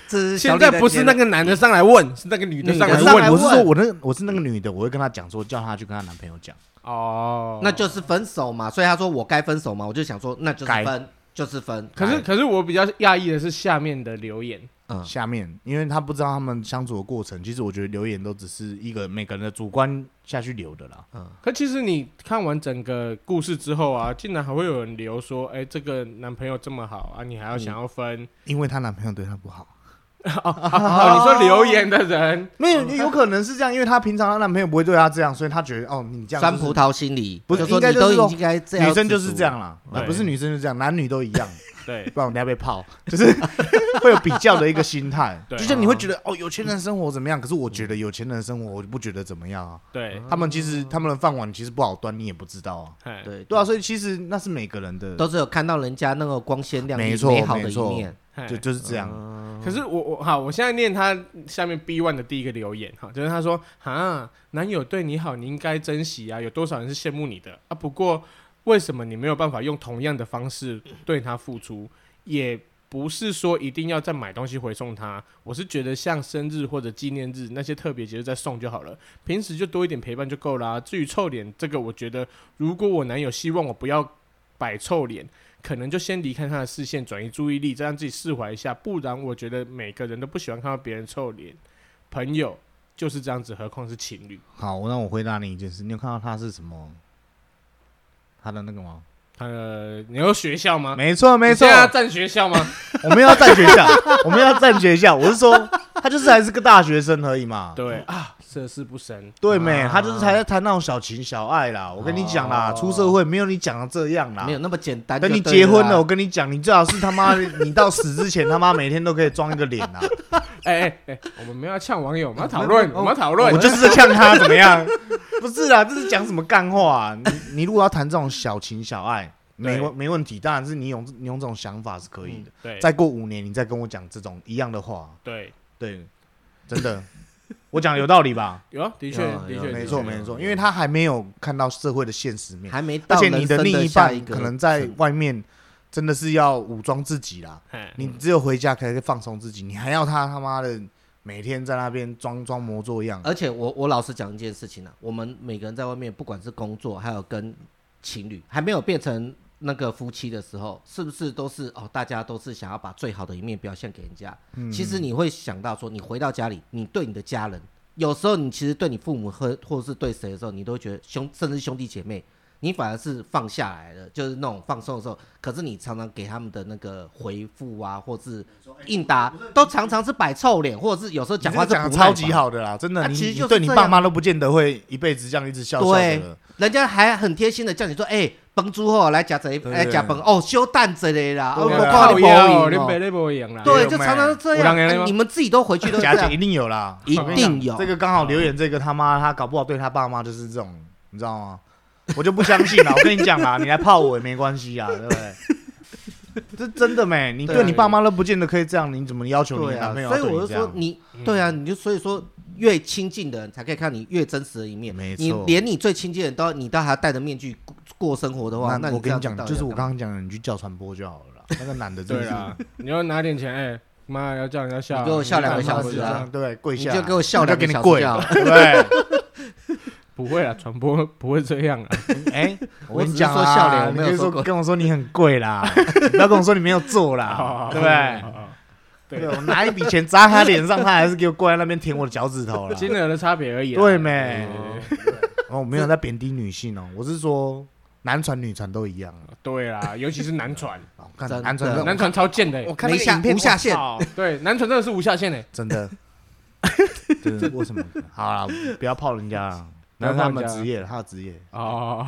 S1: 这是小
S2: 现
S1: 李的
S2: 在不是
S1: 结
S2: 那
S1: 论嗯
S2: 个男的上来问，是那个女的
S1: 女
S2: 上
S1: 的
S3: 我
S2: 来
S3: 是
S1: 上
S2: 问
S1: 来
S3: 问，我是说
S1: 问
S3: 我那我是那个女的，我会跟她讲说，叫她去跟她男朋友讲。
S2: 哦，
S1: 那就是分手嘛，所以他说我该分手嘛，我就想说那就是
S3: 该
S1: 分，就是分。
S2: 可是
S1: 来，
S2: 可是我比较讶异的是下面的留言，
S1: 嗯，
S3: 下面，因为他不知道他们相处的过程，其实我觉得留言都只是一个每个人的主观下去留的啦。
S1: 嗯
S2: 可其实你看完整个故事之后啊，竟然还会有人留说，哎、这个男朋友这么好啊，你还要
S1: 嗯
S2: 想要分？
S3: 因为她男朋友对她不好，
S2: 哦，你说留言的人，
S3: 没有有可能是这样，因为她平常她男朋友不会对她这样，所以她觉得哦，你这样、
S1: 酸
S3: 就是
S1: 葡萄心理，
S3: 不是
S1: 就说
S3: 应该
S1: 你
S3: 就是
S1: 都
S3: 说
S1: 应该这样，
S3: 女生就是这，样啦，
S2: 对
S3: 啊不是女生就这样，男女都一样，
S2: 对
S3: 不然我等下被泡，就是 会有比较的一个心态。
S2: 对嗯
S3: 就像你会觉得哦，有钱人生活怎么样？可是我觉得有钱人生活，我就不觉得怎么样啊。
S2: 对，
S1: 嗯
S3: 他们其实他们的饭碗其实不好端，你也不知道啊。
S2: 哎，
S1: 对
S3: 对啊，，所以其实那是每个人的，
S1: 都是有看到人家那个光鲜亮丽、
S3: 没错
S1: 美好的
S3: 没
S1: 一
S3: 错
S1: 面。
S2: 哎
S3: 就就是这样。
S2: 可是我我好，我现在念他下面 B one 的第一个留言哈，就是他说哈，男友对你好，你应该珍惜啊，有多少人是羡慕你的啊？不过为什么你没有办法用同样的方式对他付出？也不是说一定要再买东西回送他，我是觉得像生日或者纪念日那些特别节日再送就好了，平时就多一点陪伴就够啦、至于臭脸这个，我觉得如果我男友希望我不要摆臭脸。可能就先离开他的视线，转移注意力，再让自己释怀一下。不然，我觉得每个人都不喜欢看到别人臭脸。朋友就是这样子，何况是情侣。
S3: 好，那我回答你一件事，你有看到他是什么？他的那个吗？
S2: 呃，你有学校吗？
S3: 没错，没错
S2: 你，现在要占学校吗？
S3: 我们要站学校，我们要站学校。我是说，他就是还是个大学生而已嘛。
S2: 对啊，涉世不深。
S3: 对没？
S1: 啊
S3: 他就是还在谈那种小情小爱啦。我跟你讲啦，
S1: 哦
S3: 出社会没有你讲的这样啦
S1: 没。有那么简单。
S3: 啊等你
S1: 就
S3: 结
S1: 对啊
S3: 婚
S1: 啦
S3: 了，我，跟你讲，你最好是他妈，你到死之前他妈每天都可以装一个脸 啊！
S2: 哎哎哎，我们没有要呛网友，我们要讨论，我们要讨论。
S3: 我就是在呛他怎么 样？不是啦，这是讲什么干话、啊？你你如果要谈这种小情小爱，没
S2: 对
S3: 问没问题，当然是你有你用这种想法是可以
S1: 嗯
S3: 的。
S2: 对
S3: 再过五年，你再跟我讲这种一样的话，
S2: 对，
S3: 对，真的，我讲有道理吧？
S2: 有啊的确
S1: 有啊
S2: 的
S1: 有啊
S2: 确
S3: 没错没
S2: 错。
S3: 错，因为他还没有看到社会的现实面，
S1: 还啊没到
S3: 而且你
S1: 人生
S3: 另
S1: 的
S3: 一
S1: 下一
S3: 半
S1: 个
S3: 可能在
S1: 层
S3: 外面真的是要武装自己啦，
S2: 哎
S3: 你只有回家可以放松自己，你还要他他妈的每天在那边装装模作样，
S1: 而且我我老实讲一件事情啊，我们每个人在外面，不管是工作，还有跟情侣，还没有变成那个夫妻的时候，是不是都是哦？大家都是想要把最好的一面表现给人家。
S3: 嗯
S1: 其实你会想到说，你回到家里，你对你的家人，有时候你其实对你父母和或者是对谁的时候，你都会觉得兄，甚至兄弟姐妹。你反而是放下来了，就是那种放松的时候。可是你常常给他们的那个回复啊，或是应答，都常常是摆臭脸，或者是有时候讲话
S3: 哎你这
S1: 是
S3: 个讲
S1: 不
S3: 得
S1: 耐
S3: 超级
S1: 烦
S3: 好的啦，真的，
S1: 啊
S3: 你
S1: 其实
S3: 你
S1: 就是
S3: 对你
S1: 这
S3: 爸
S1: 样
S3: 妈都不见得会一辈子这样一直笑笑
S1: 对
S3: 的。
S1: 人家还很贴心的叫你说，哎、崩猪后来夹贼，
S3: 对
S1: 来夹崩哦，修蛋贼嘞啦，
S3: 对
S1: 哦
S3: 啊
S1: 我靠
S2: 靠
S1: 你包
S2: 腰，
S1: 赢
S2: 你
S1: 哦
S2: 别那不赢啦。
S1: 对，
S3: 有
S1: 就
S3: 没
S1: 常常这
S2: 有
S1: 样、
S2: 人的
S1: 哎
S2: 吗
S1: 你们自己都回去都这
S3: 假姐
S1: 样
S3: 一，定有啦，
S1: 一定有
S3: 这个刚好留言这个他妈他搞不好对他爸妈就是这种，你知道吗？我就不相信啦，我跟你讲啦，你来泡我也没关系啊，对不对？ 这真的没，你对你爸妈都不见得可以这样，你怎么要求
S1: 对
S3: 你男
S1: 啊，
S3: 朋友？
S1: 所以我就说，你，对啊，你就所以说，越亲近的人才可以看你越真实的一面。
S3: 没错
S1: 你连你最亲近的人都你都还要戴着面具过过生活的话，那
S3: 那我
S1: 这
S3: 跟
S1: 样
S3: 你
S1: 子
S3: 讲
S1: 到，底
S3: 就
S1: 要
S3: 是我
S1: 干嘛
S3: 刚刚讲的，你去叫传播就好了啦。那个男的真
S2: 对
S3: 的是，
S2: 啊，你要拿点钱，哎妈要叫人家笑，
S1: 你给我笑两个
S2: 干嘛
S1: 小时
S2: 这样
S1: 啊
S3: 对，跪
S1: 你
S3: 下，
S1: 就给我笑
S3: 我就
S1: 两
S3: 给
S1: 个
S3: 你
S1: 小
S3: 跪
S1: 时就好，
S3: 对不对。
S2: 不会啦，传播不会这样啊。
S3: 哎、
S1: 我
S3: 跟
S1: 只是
S3: 你讲
S1: 说
S3: 啊
S1: 笑脸我
S3: 你
S1: 没有
S3: 可以
S1: 说
S3: 说
S1: 过
S3: 跟我说你很贵啦，你不要跟我说你没有做
S2: 哦
S3: 啦，啊对不对？
S2: 对？
S3: 对，
S2: 对，
S3: 我拿一笔钱砸他脸上，他还是给我跪在那边舔我的脚趾头了。
S2: 金额的差别而已啊。
S3: 对没
S2: 嗯
S3: 哦，我没有在贬低女性哦，我是说男传女传都一样啊。
S2: 对啦，尤其是男 传，
S3: 哦看
S1: 真的
S3: 男传
S1: 对
S2: 男
S3: 真
S2: 传超贱的欸哦
S3: 我，看
S1: 没
S3: 那个
S1: 下
S3: 影片
S1: 无下限
S3: 我操
S2: 对，男传真的是无下欸限的。
S3: 真的，真的为什么？好啦，不要泡人家啦，
S2: 不要
S3: 那
S2: 泡人
S3: 是
S2: 家
S3: 他们职业，他的职业。
S2: 哦，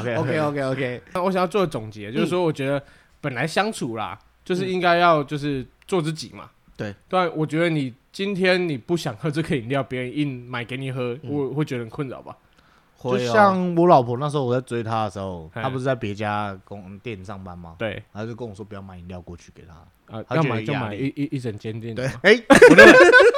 S3: OK
S1: OK OK OK，
S2: 那我想要做的总
S3: 嗯
S2: 结就是说，我觉得本来相处啦，就是应该要就是做自己嘛。
S1: 对，
S2: 但我觉得你今天你不想喝这个饮料，别人硬买给你喝，
S3: 嗯
S2: 我会觉得很困扰吧。
S3: 就
S1: 会哦
S3: 像我老婆那时候我在追她的时候，
S2: 嘿
S3: 她不是在别家公店上班吗？
S2: 对，
S3: 她就跟我说不要买饮料过去给她。
S2: 啊，
S3: 他
S2: 要
S3: 觉得
S2: 买就
S3: 压
S2: 买
S3: 力
S2: 一一一整间店的
S3: 对
S2: 嘛。，
S3: 哎、我就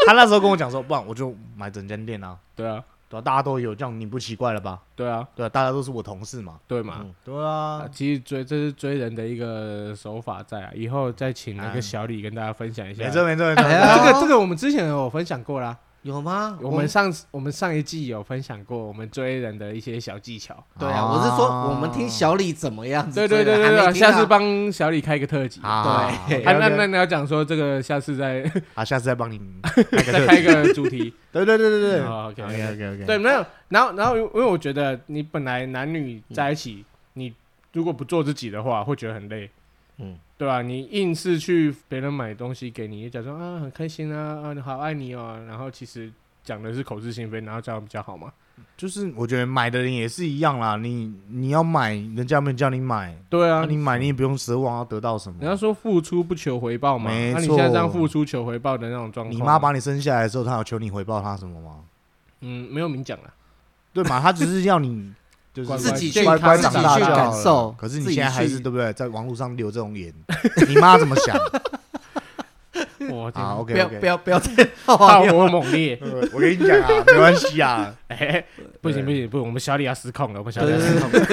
S3: 他那时候跟我讲说，不然我就买整间店啊，
S2: 对啊，
S3: 对啊，大家都有，这样你不奇怪了吧？
S2: 对啊，
S3: 对啊，大家都是我同事嘛，
S2: 对嘛。
S1: 嗯
S3: 对啊
S2: 啊，，其实追这是追人的一个手法在啊，以后再请那
S3: 啊
S2: 个小李跟大家分享一下。 啊
S3: 没错没错没错，
S1: 哎呀
S2: 这个这个我们之前有分享过啦，
S1: 有吗？
S2: 我们上次我们上一季有分享过我们追人的一些小技巧，
S1: 对啊，我是说我们听小李怎么样子
S2: 对
S1: 嗯追的？
S2: 啊对对对
S1: 还
S2: 对，
S1: 没听到啊
S2: 下次帮小李开一个特辑。啊，
S3: 啊，
S1: 对
S3: 好
S2: 那那你要讲说这个，下次再
S3: 啊，下次再帮你那个
S2: 再
S3: 特
S2: 开
S3: 辑
S2: 一个啊主题。
S3: 对对对对对
S2: 好，OK，OK
S3: ，OK OK OK，
S2: 对，没有。然后，然后，因为我觉得你本来男女
S3: 嗯
S2: 在一起，你如果不做自己的话，会觉得很累。
S1: 嗯
S2: 嗯，对啊，你硬是去别人买东西给你，假装啊很开心啊，啊你好爱你哦，然后其实讲的是口是心非，然后这样比较好嘛。
S3: 就是我觉得买的人也是一样啦，你你要买，人家没有叫你买，
S2: 对
S3: 那
S2: 啊，
S3: 你
S2: 你
S3: 买你也不用奢望要得到什
S2: 人家
S3: 么。
S2: 说付出不求回报嘛，
S3: 没
S2: 那、你现在这样
S3: 错
S2: 付出求回报的那种状况，
S3: 你妈把你生下来的时候，她有求你回报她什么吗？
S2: 嗯没有明讲了，
S3: 对嘛，她只是要你就是
S2: 乖
S1: 自己去
S2: 健
S3: 乖乖
S2: 康
S3: 长
S2: 自己
S3: 大
S2: 去
S3: 就好
S1: 感
S3: 了
S1: 受
S3: 可是
S1: 自
S3: 你
S1: 己
S3: 现在还
S1: 去
S3: 是对不对？在网络上留这种言，你妈怎么想？
S2: 我天哪，
S3: 好
S1: 不
S3: ，OK
S1: 要不
S3: OK。
S1: 要不要再
S2: 炮
S1: 好
S2: 火猛烈，
S3: 我跟你讲啊，没关系啊，
S2: 哎、不行不行不行，我们小李要失控了，我们小李要失控了。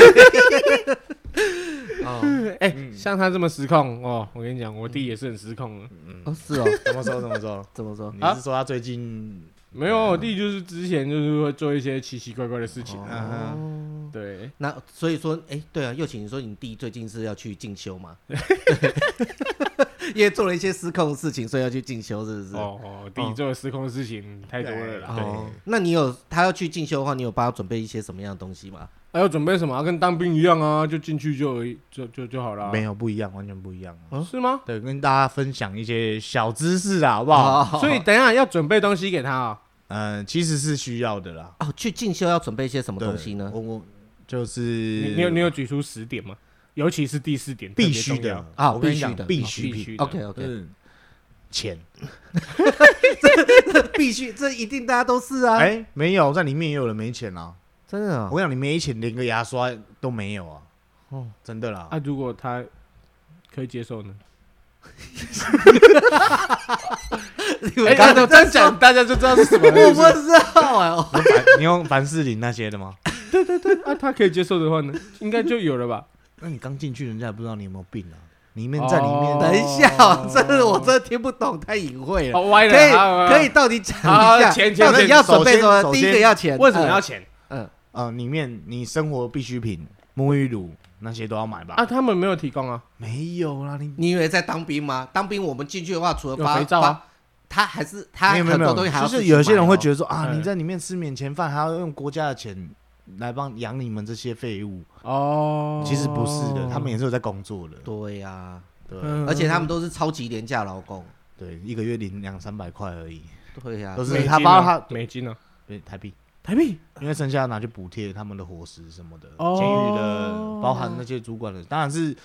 S1: 哦
S3: 嗯
S2: 哎、像他这么失控哦，我跟你讲，我弟也是很失控的。
S1: 哦是哦，
S3: 怎么说怎么说？
S1: 怎么说？
S3: 你
S2: 啊
S3: 是说她最近
S2: 没有，我弟就是之前就是会做一些奇奇怪怪的事情啊。
S1: 哦，
S2: 对，
S1: 那所以说，哎，对啊，又请你说你弟最近是要去进修 吗？ 因为做了一些失控的事情，所以要去进修，是不是？
S2: 哦哦，我弟做的失控的事情太多了啦。
S3: 对
S1: 哦，那你有他要去进修的话，你有帮他准备一些什么样的东西吗？
S2: 还要准备什么啊？跟当兵一样啊，就进去就就就就好了。
S3: 哦
S2: 啊
S3: 没有不一样，完全不一样啊。
S2: 是吗？
S3: 对，跟大家分享一些小知识啊，好不好？
S1: 哦
S2: 所以等一下要准备东西给他啊。
S3: 嗯，其实是需要的啦。
S1: 哦，去进修要准备一些什么
S3: 对
S1: 东西呢？
S3: 我我就是
S2: 你你有你有举出十点吗？尤其是第四点，
S3: 必须
S2: 特别重
S3: 的
S2: 要
S1: 啊
S3: 我跟你讲
S1: 必须的
S3: 必
S2: 哦
S3: 需
S2: 必须
S3: 品
S2: 的
S1: OK
S3: 就
S1: OK，
S3: 是钱。
S1: 必须，这一定大家都是啊，
S3: 哎，没有，在里面也有人没钱啊。
S1: 真的啊
S3: 我，跟你讲，你没钱，连个牙刷都没有啊。
S1: 哦
S3: 真的啦
S2: 啊。，如果他可以接受呢？哎，
S1: 刚才
S2: 大家这样讲，大家就知道是什么。
S1: 我不知道哎，哦
S3: 你用凡你用凡士林那些的吗？
S2: 啊，他可以接受的话呢，应该就有了吧？
S3: 那你刚进去，人家也不知道你有没有病啊。里面在里面，
S2: 哦
S1: 等一下哦，这是我真的听不懂，太隐晦了。
S2: 哦，歪了，
S1: 可
S2: 啊
S1: 以可以，，到底讲
S2: 好
S1: 一下，
S2: 钱钱
S1: 到底
S2: 钱
S1: 要准备
S3: 首先
S1: 什么？
S3: 首
S1: 第
S3: 先
S1: 一个要钱，
S2: 啊为什么要
S1: 嗯？
S2: 钱
S1: 嗯，
S3: 呃，里面你生活必需品、沐浴乳那些都要买吧？
S2: 啊？他们没有提供啊，
S3: 没有啦，你
S1: 你以为在当兵吗？当兵我们进去的话，除了
S2: 有
S1: 发
S2: 肥皂，
S1: 发
S2: 啊，
S1: 他还是他
S3: 没有
S1: 很
S3: 没有没
S1: 多东西还
S3: 有，
S1: 要
S3: 就
S1: 自
S3: 是
S1: 己买哦
S3: 有些人会觉得说啊，
S2: 嗯
S3: 你在里面吃免钱饭，还要用国家的钱来帮养你们这些废物，
S2: 哦，
S3: 其实不是的，他们也是有在工作的，
S1: 对呀，
S3: 对
S2: 嗯，
S1: 而且他们都是超级廉价劳工，
S3: 对，一个月领两三百块而已，
S1: 对呀
S3: 都，
S2: 美
S3: 是
S2: 金啊
S3: 他发他
S2: 美金啊呢，
S3: 对台币，
S2: 台币
S3: 因为剩下拿去补贴他们的伙食什么的，
S2: 哦
S3: 监狱的，包含那些主管的，当然是。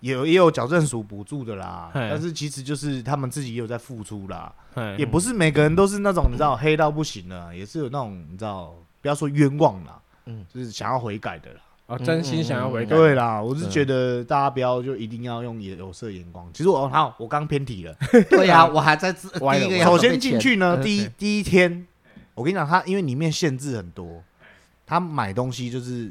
S3: 也有也有矫正署补助的啦，
S2: 嘿
S3: 但是其实就是他们自己也有在付出啦，
S2: 哎
S3: 也不是每个人都是那种你知道黑到不行的，啊也是有那种你知道不要说冤枉啦，
S1: 嗯
S3: 就是想要悔改的啦。
S2: 哦，真心想要回
S1: 嗯
S2: 改，
S3: 对啦，我是
S1: 对
S3: 觉得大家不要就一定要用眼有色眼光。其实我好，我刚偏题了。
S1: 对 呀，我还在自
S2: 歪
S1: 第
S2: 了
S1: 一个要
S3: 首
S1: 准
S3: 先
S1: 备
S3: 进
S1: 钱
S3: 去呢，
S1: 嗯
S3: 第一第一天，我跟你讲，他因为里面限制很多，他买东西就是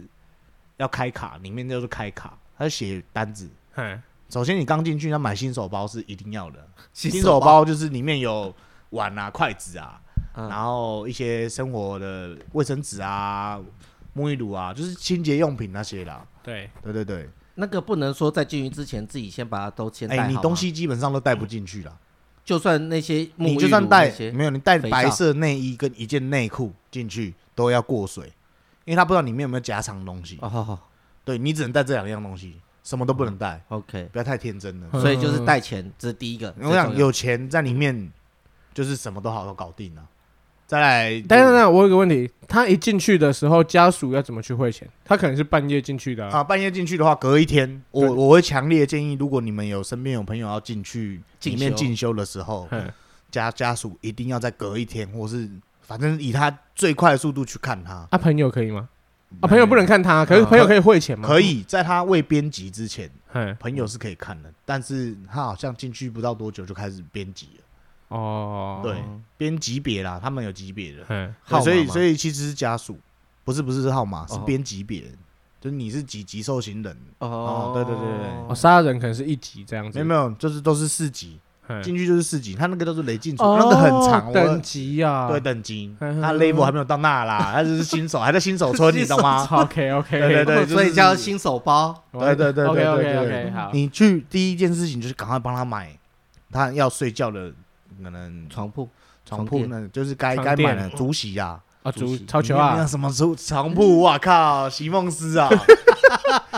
S3: 要开卡，里面就是开卡，他就写单子。
S2: 哎，
S3: 首先你刚进去，他买新手包是一定要 的，新
S1: 新
S3: 手
S1: 手
S3: 包就是里面有碗啊、筷子啊，
S1: 嗯
S3: 然后一些生活的卫生纸啊、沐浴乳啊，就是清洁用品那些啦。
S2: 对，
S3: 对对对，
S1: 那个不能说在进去之前自己先把它都先带
S3: 哎、
S1: 好
S3: 你
S1: 吗嗯
S3: 东西基本上都带不进去了，
S1: 就算那些沐
S3: 你
S1: 浴
S3: 就算
S1: 乳
S3: 带
S1: 那些
S3: 没有，你带
S1: 肥
S3: 白
S1: 皂
S3: 色内衣跟一件内裤进去都要过水，因为他不知道里面有没有夹藏东西。
S1: 哦好好
S3: 对你只能带这两样东西，什么都不能带，
S1: ，OK，
S3: 不要太天真了。
S2: 嗯
S1: 所以就是带钱，这是第一个。
S3: 我
S1: 最
S3: 想
S1: 重要
S3: 有钱在里面，就是什么都好都搞定了、再来，
S2: 但是呢，我有个问题，他一进去的时候，家属要怎么去汇钱？他可能是半夜进去的啊，
S3: 啊，半夜进去的话，隔一天，我
S2: 对
S3: 我会强烈建议，如果你们有身边有朋友要进去
S1: 进
S3: 里面
S1: 修
S3: 进修的时 候，
S2: 嗯
S3: 家家属一定要再隔一天，或是反正以他最快的速度去看他。
S2: 啊，朋友可以吗？啊，朋友不能看他，可是
S1: 嗯
S2: 朋友可以汇钱吗？
S3: 可，以在他未编辑之前，
S2: 哎，
S3: 朋友是可以看的，但是他好像进去不到多久就开始编辑了，
S2: 哦，
S3: 对，编级别啦，他们有级别的，
S2: 哎，
S1: 号
S3: 对
S1: 码
S3: 所以
S1: 吗
S3: 所以其实是家属，不是不是号码，是
S1: 哦
S3: 编级别，就是你是几级受刑人，
S1: 哦
S3: 哦对对对对
S2: 哦，杀人可能是一级这样子，
S3: 没有没有，就是都是四级，
S2: 嘿
S3: 进去就是四级，他那个都是累进组，
S2: 哦
S3: 那个很长，
S2: 等
S3: 我
S2: 级啊，
S3: 对等级，
S2: 嗯
S3: 他 level 还没有到那 啦，他只是新手，还在新手村， 你懂 吗？
S2: ？OK OK，
S3: 对对对就是
S1: 所以叫新手包。
S3: 对对对对
S2: OK
S3: 对
S2: OK
S3: 对
S2: OK，好，
S3: 你去第一件事情就是赶快帮他买他要睡觉的可能
S1: 床铺，
S3: 床铺
S1: 床
S3: 呢，就是该
S2: 床
S3: 该买
S2: 垫
S3: 的竹席啊，
S2: 啊，足
S1: 主席
S2: 超球
S3: 你
S2: 啊
S3: 看，什么竹 床铺？哇靠，席梦思啊，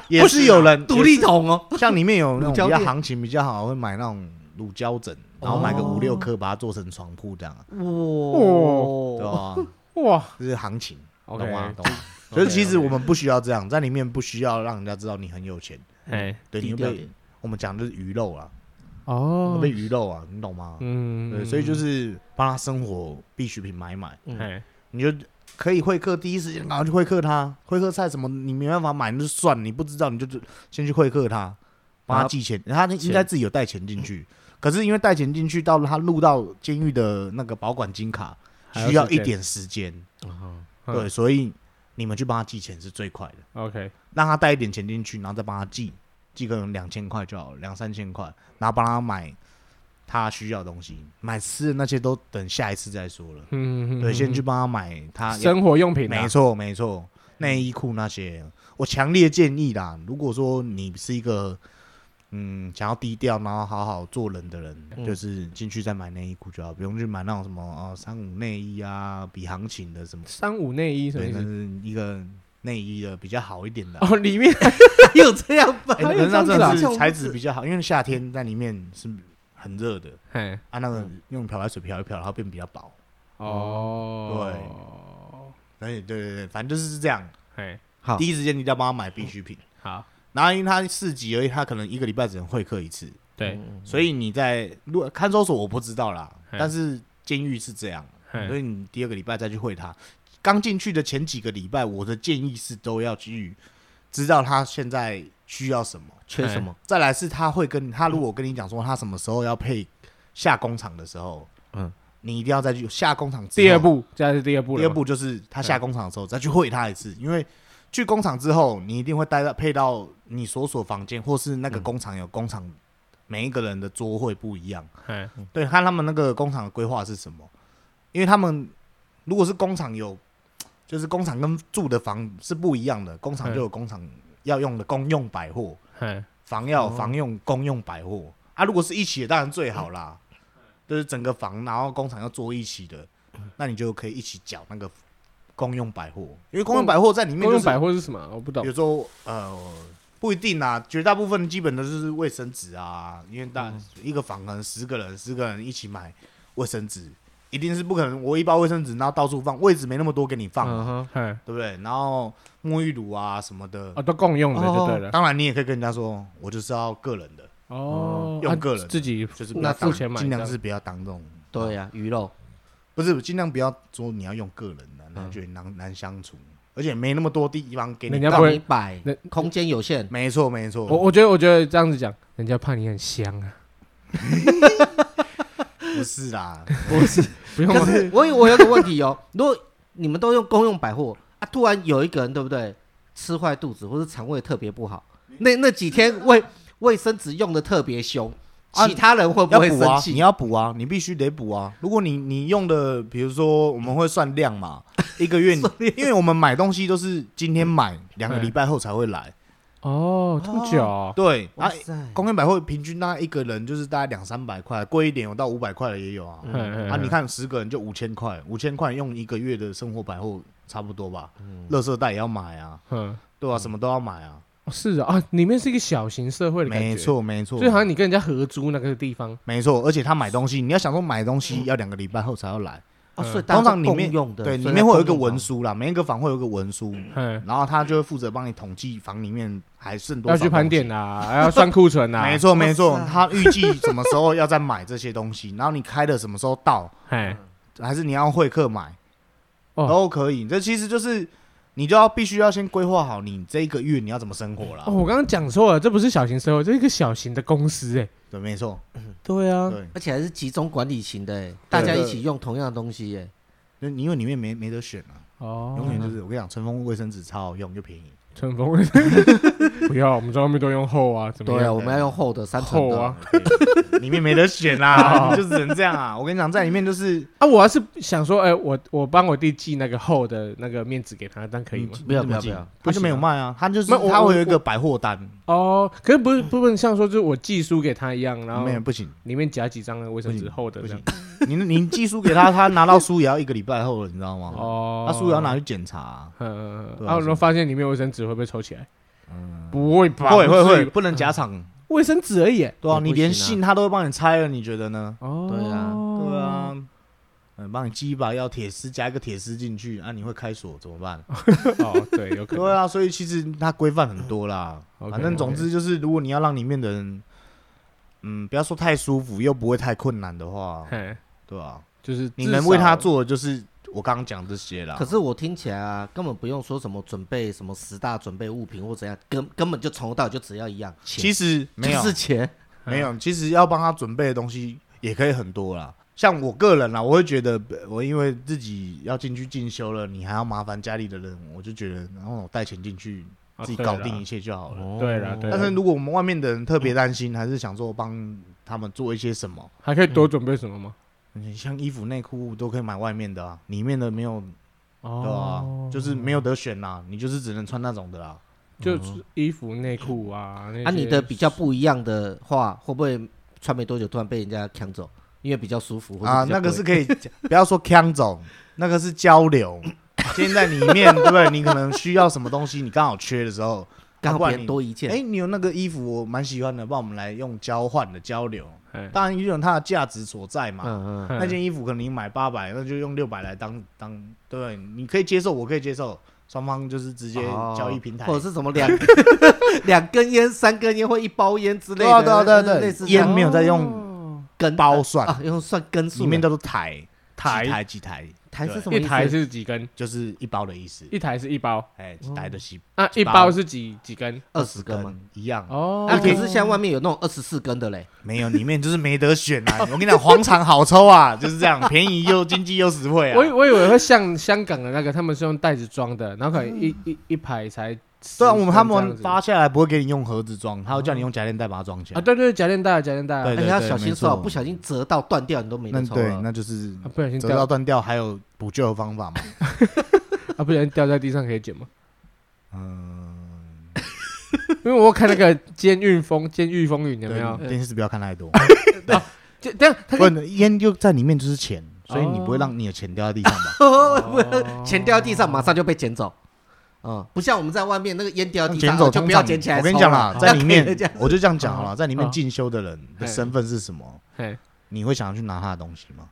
S3: 也是有人
S2: 啊
S1: 独立桶哦，
S3: 像里面有那种
S1: 乳
S3: 比
S1: 胶
S3: 较
S1: 垫
S3: 行情比较好，会买那种乳胶枕，
S2: 哦
S3: 然后买个五六颗，把它做成床铺这样啊，对
S1: 哇，
S3: 吧？
S2: 哇
S3: 这是行情，懂
S2: 哦 OK
S3: 吗？ 懂吗。所以其实我们不需要这样，在里面不需要让人家知道你很有钱，
S2: 哎，
S3: 对，你
S1: 低
S3: 会
S1: 调
S3: 被
S1: 点，
S3: 我们讲的是鱼肉啊，
S2: 哦
S3: 会被鱼肉啊，你懂吗？
S2: 嗯
S3: 对，所以就是帮他生活必需品买买，
S1: 嗯
S2: 哎，
S3: 你就可以会客，第一时间赶快去会客他，会客菜什么你没办法买那就算，你不知道你就就先去会客他，帮他寄钱，他应该自己有带钱进去，可是因为带钱进去到他入到监狱的那个保管金卡
S2: 还有
S3: 需要
S2: 时
S3: 一
S2: 间
S3: 点时间，
S2: 嗯
S3: 对，所以你们去帮他寄钱是最快的，
S2: ，OK，
S3: 让他带一点钱进去，然后再帮他寄，寄个两千块就好了，两三千块，然后帮他买他需要的东西，买吃的那些都等下一次再说了。
S2: 嗯，
S3: 对，先去帮他买他要
S2: 生活用品啊
S3: 没，错，没错，内衣裤那些，我强烈建议啦。如果说你是一个嗯想要低调，然后好好做人的人，
S1: 嗯
S3: 就是进去再买内衣裤就好，不用去买那种什么哦三五内衣啊，比行情的什么，
S2: 三五内衣什么
S3: 对，
S2: 意
S3: 那
S2: 思？
S3: 是一个内衣的比较好一点的啊。
S2: 哦，里 面
S1: 还有这样吧
S3: 哎，
S2: 还有
S3: 可是那
S2: 这样
S3: 真
S2: 子啊
S3: 的是材质比较好，因为夏天在里面是很热的，
S2: 哎，
S3: 啊，那个用漂白水漂一漂，然后变比较薄。
S2: 哦，
S3: 哎，对对对，反正就是这样。
S2: 对，哎，
S1: 好
S3: 第一时间你一定要帮他买必需品。
S2: 好，
S3: 然后因为他四级而已，他可能一个礼拜只能会客一次，
S1: 嗯
S2: 对，
S3: 所以你在如果看守所我不知道啦，
S2: 嗯
S3: 但是监狱是这样，
S2: 嗯
S3: 所以你第二个礼拜再去会他。刚进去的前几个礼拜，我的建议是都要去知道他现在需要什么，
S1: 缺
S2: 哎
S1: 什么？
S3: 再来是他会跟你他如果跟你讲说他什么时候要配下工厂的时候，嗯
S1: 嗯，
S3: 你一定要再去下工厂之后
S2: 第二步，这样是第二步了，
S3: 第二，步就是他下工厂的时候再去会他一次，因为去工厂之后，你一定会待到配到你所属房间，或是那个工厂有工厂每一个人的桌会不一样。
S2: 哎，
S3: 对，看他们那个工厂的规划是什么，因为他们如果是工厂有，就是工厂跟住的房是不一样的，工
S2: 嗯
S3: 厂就有工厂要用的公用百货，
S2: 哎，
S3: 房要有
S1: 哦
S3: 房用、公用百货啊。如果是一起的，当然最好啦，就是整个房然后工厂要做一起的，那你就可以一起缴那个公用百货，因为公用百货在里面
S2: 公
S3: 就
S2: 用
S3: 是
S2: 百货是什么？我不懂
S3: 有。时候呃不一定啊，绝大部分基本都是卫生纸啊，因为大、
S2: 嗯
S3: 一个房可能十个人，十个人一起买卫生纸。一定是不可能，我一包卫生纸，然后到处放，位置没那么多给你放嘛，
S2: 嗯哼，哎，
S3: 对不对？然后沐浴乳啊什么的，
S2: 哦，都共用的就对了。
S3: 当然你也可以跟人家说，我就是要个人的，
S2: 哦，
S3: 用
S2: 啊
S3: 个人
S2: 自己
S3: 就是不要
S2: 那
S3: 当
S2: 付钱买，
S3: 尽量是不要当这种，
S1: 对呀，鱼肉
S3: 不是尽量不要说你要用个人的，那
S1: 嗯
S3: 就难难相处，而且没那么多地方给你
S2: 人家
S3: 当。
S2: 不
S1: 让
S2: 会
S1: 你摆
S2: 那，
S1: 空间有 限，
S3: 没错没
S2: 我
S3: 错，
S2: 我觉得，我觉得这样子讲，人家怕你很香啊，
S3: 不是啦，
S1: 不是？
S2: 不用
S1: 可是我有我有个问题哦，如果你们都用公用百货啊，突然有一个人对不对，吃坏肚子或者肠胃特别不好，那那几天 卫卫生纸用的特别凶，
S3: 啊
S1: 其他人会不
S3: 要
S1: 会
S3: 补啊
S1: 生，
S3: 你
S1: 气？
S3: 要补啊，你必须得补啊。如果你你用的，比如说我们会算量嘛，一个月你，因为我们买东西都是今天买，两个礼拜后才会来，
S2: 哦，这么久哦，
S3: 对啊
S1: 哇。塞，
S3: 公园百货平均那一个人就是大概两三百块，贵一点有到五百块的也有啊。
S2: 嗯
S3: 啊，你，看十个人就五千块，五千块用一个月的生活百货差不多吧，
S1: 嗯
S3: 垃圾袋也要买啊，
S2: 嗯，
S3: 对啊，什么都要买啊，
S2: 哦是啊，啊，里面是一个小型社会的感觉，
S3: 没，错没错
S2: 所以，好像你跟人家合租那个地方，
S3: 没错，而且他买东西，你要想说买东
S2: 嗯
S3: 西要两个礼拜后才要来，
S1: 啊，所以大家
S3: 通常
S1: 都
S3: 里
S1: 共
S3: 面
S1: 用的，
S3: 对，
S1: 所以
S3: 里面会有一个
S1: 共用
S3: 文
S1: 嘛，
S3: 书啦，每一个房会有一个文书，
S2: 嗯，
S3: 然后他就会负责帮你统计房里面还剩多
S2: 要
S3: 少，
S2: 去盘点。啊，还要算库存啊，
S3: 没，错没错
S1: 哇，塞
S3: 他预计什么时候要再买这些东西，然后你开的什么时候到，
S2: 哎，
S3: 还是你要会客买，
S2: 哦
S3: 都可以。这其实就是你就要必须要先规划好你这一个月你要怎么生活啦。
S2: 哦，我刚刚讲错了，这不是小型社会，这是一个小型的公司，哎，
S3: 对，没错，
S2: 对啊，
S3: 对，
S1: 而且还是集中管理型的欸，大家一起用同样的东西耶，
S3: 那你因为里面没没得选啊，永
S2: 哦，
S3: 远就是我跟你讲，尘封卫生纸超好用又便宜，
S2: 春风 不要，我们在外面都用厚啊，怎么
S1: 对啊，
S2: 样？
S1: 我们要用厚的三层
S2: 厚
S1: 的。
S2: 啊
S3: 里面没得选
S2: 哦
S3: 啦，就只能这样啊。我跟你讲，在里面就是
S2: 啊！我要是想说，哎，我我帮我弟寄那个厚的那个面纸给他，但可
S3: 嗯
S2: 以吗？
S1: 不要不要
S3: 这么
S1: 不要，
S3: 近他就没有卖啊，他就是
S2: 没有我
S3: 他会有一个百货单，
S2: 哦，可是不是不能像说就是我寄书给他一样，然后
S3: 没有不行
S2: 里面夹几张的卫生纸
S3: 不行
S2: 厚的
S3: 不
S2: 这
S3: 行
S2: 样。，
S3: 你你寄书给他，他拿到书也要一个礼拜后了，你知道吗？
S2: 哦，
S3: 啊他书也要拿去检查啊，
S2: 嗯，嗯嗯
S3: 对啊
S2: 啊，然
S3: 是
S2: 后
S3: 吗
S2: 发现里面卫生纸会被抽起来，不会吧？
S3: 会会
S2: 不至
S3: 会，
S2: 于吧
S3: 不能夹场，
S2: 卫生纸而已。
S3: 对啊，
S1: 也不
S3: 你连
S1: 行啊
S3: 信他都会帮你拆了，你觉得呢？
S2: 哦，
S1: 对啊
S3: 对，啊，嗯，帮你寄一把药铁丝，加一个铁丝进去，啊，你会开锁怎么办？
S2: 哦，对，有可能。
S3: 对啊，所以其实它规范很多啦。
S2: OK，
S3: 反正总之就是，如果你要让里面的人，嗯，不要说太舒服，又不会太困难的话，
S2: 嘿，
S3: 对吧？
S2: 就是
S3: 啊你
S2: 至
S3: 能为
S2: 少
S3: 他做的就是我刚刚讲这些啦。
S1: 可是我听起来啊，根本不用说什么准备什么十大准备物品或怎样，根根本就从头到尾就只要一样钱，
S3: 其实没有
S1: 就是钱。
S2: 嗯
S3: 没有，其实要帮他准备的东西也可以很多啦。像我个人啦，我会觉得呃我因为自己要进去进修了，你还要麻烦家里的人，我就觉得，然后我带钱进去
S2: 啊
S3: 自己
S2: 对
S3: 搞
S2: 啦
S3: 定一切就好了。
S2: 哦对啦对啦
S3: 但是如果我们外面的人特别担心，还是想说帮他们做一些什么，
S2: 还可以多准备什么吗？
S3: 你像衣服、内裤都可以买外面的啊，里面的没有，对啊
S2: 哦，，
S3: 就是没有得选啦，你就是只能穿那种的啦。
S2: 就是衣服、内裤啊，那
S1: 啊，你
S2: 些
S1: 的比较不一样的话，会不会穿没多久突然被人家抢走？因为比较舒服或者
S3: 啊，
S1: 比较
S3: 那个
S1: 贵
S3: 是可以，不要说康 总，那个是交流。现在里面对不对？你可能需要什么东西，你刚好缺的 时候，
S1: 刚
S3: 不
S1: 好
S3: 然
S1: 别人
S3: 你
S1: 多一件。
S3: 哎，你有那个衣服，我蛮喜欢的，帮我们来用交换的交流。
S2: 嘿
S3: 当然也有它的价值所在嘛。
S1: 嗯嗯，
S2: 嘿
S3: 那件衣服可能你买八百，那就用六百来当当，对不对？你可以接受，我可以接受，双方就是直接
S1: 哦
S3: 交易平台，
S1: 或者是什么两 两根烟、三根烟或一包烟之类
S3: 对啊
S1: 的，
S3: 对啊对啊对啊
S1: 类似这
S3: 烟
S1: 样
S3: 没有在
S2: 用
S1: 根
S3: 包算，
S1: 啊，用算根数
S3: 里面
S1: 的
S3: 叫做台
S2: 台
S3: 几台几台，
S1: 台是什么
S2: 一
S1: 意思？
S2: 台是几根？
S3: 就是一包的意思。
S2: 一台是一包，
S3: 哎，几台的是
S2: 那一
S3: 包
S2: 包是几几根？
S1: 二十根哦吗？
S3: 跟一样，
S2: 哦，
S1: 啊，可是像外面有那种二十四根的嘞，
S3: 没有里面就是没得选啊！ 我跟你讲，黄肠好抽啊， 就是这样，便宜又经济又实惠啊
S2: 我。以我以为会像香港的那个，他们是用袋子装的，然后可能一一一排才10根这样子。
S3: 虽啊然我们他们发下来不会给你用盒子装，他会叫你用夹链袋把它装
S2: 啊，
S3: 起来。
S2: 对对，夹链袋，夹链袋啊，
S3: 对
S1: 而且要
S3: 对
S1: 哎小
S3: 没
S1: 心
S3: 错
S1: 手，不小心折到断掉你都没
S3: 那
S1: 得抽
S3: 对，
S1: 了。
S3: 那就是
S2: 啊，不小心
S3: 折到
S2: 掉
S3: 断掉，还有补救的方法嘛？
S2: 啊，不小心掉在地上可以捡吗？
S3: 嗯，
S2: 因为我看那个《监狱风》《监狱风云》有没
S3: 对，
S2: 有？
S3: 电视不要看太多，
S2: 这这样他
S3: 不
S2: 可以
S3: 然烟就在里面就是钱，所以你不会让你的钱掉在地上 吧？
S2: 哦
S1: 钱掉地上马上就被捡走，嗯，不像我们在外面那个烟掉地上
S3: 捡走
S1: 就
S3: 通
S1: 不要
S3: 常
S1: 捡起来
S3: 我
S1: 抽了。
S3: 跟你 讲啦，
S1: 不
S3: 在
S1: 要
S3: 里
S1: 给
S3: 面
S1: 人家
S3: 我就这样讲好
S2: 啊
S3: 了，在里
S2: 啊
S3: 面进修的人的身份是什么？
S2: 嘿，
S3: 你会想要去拿他的东西吗？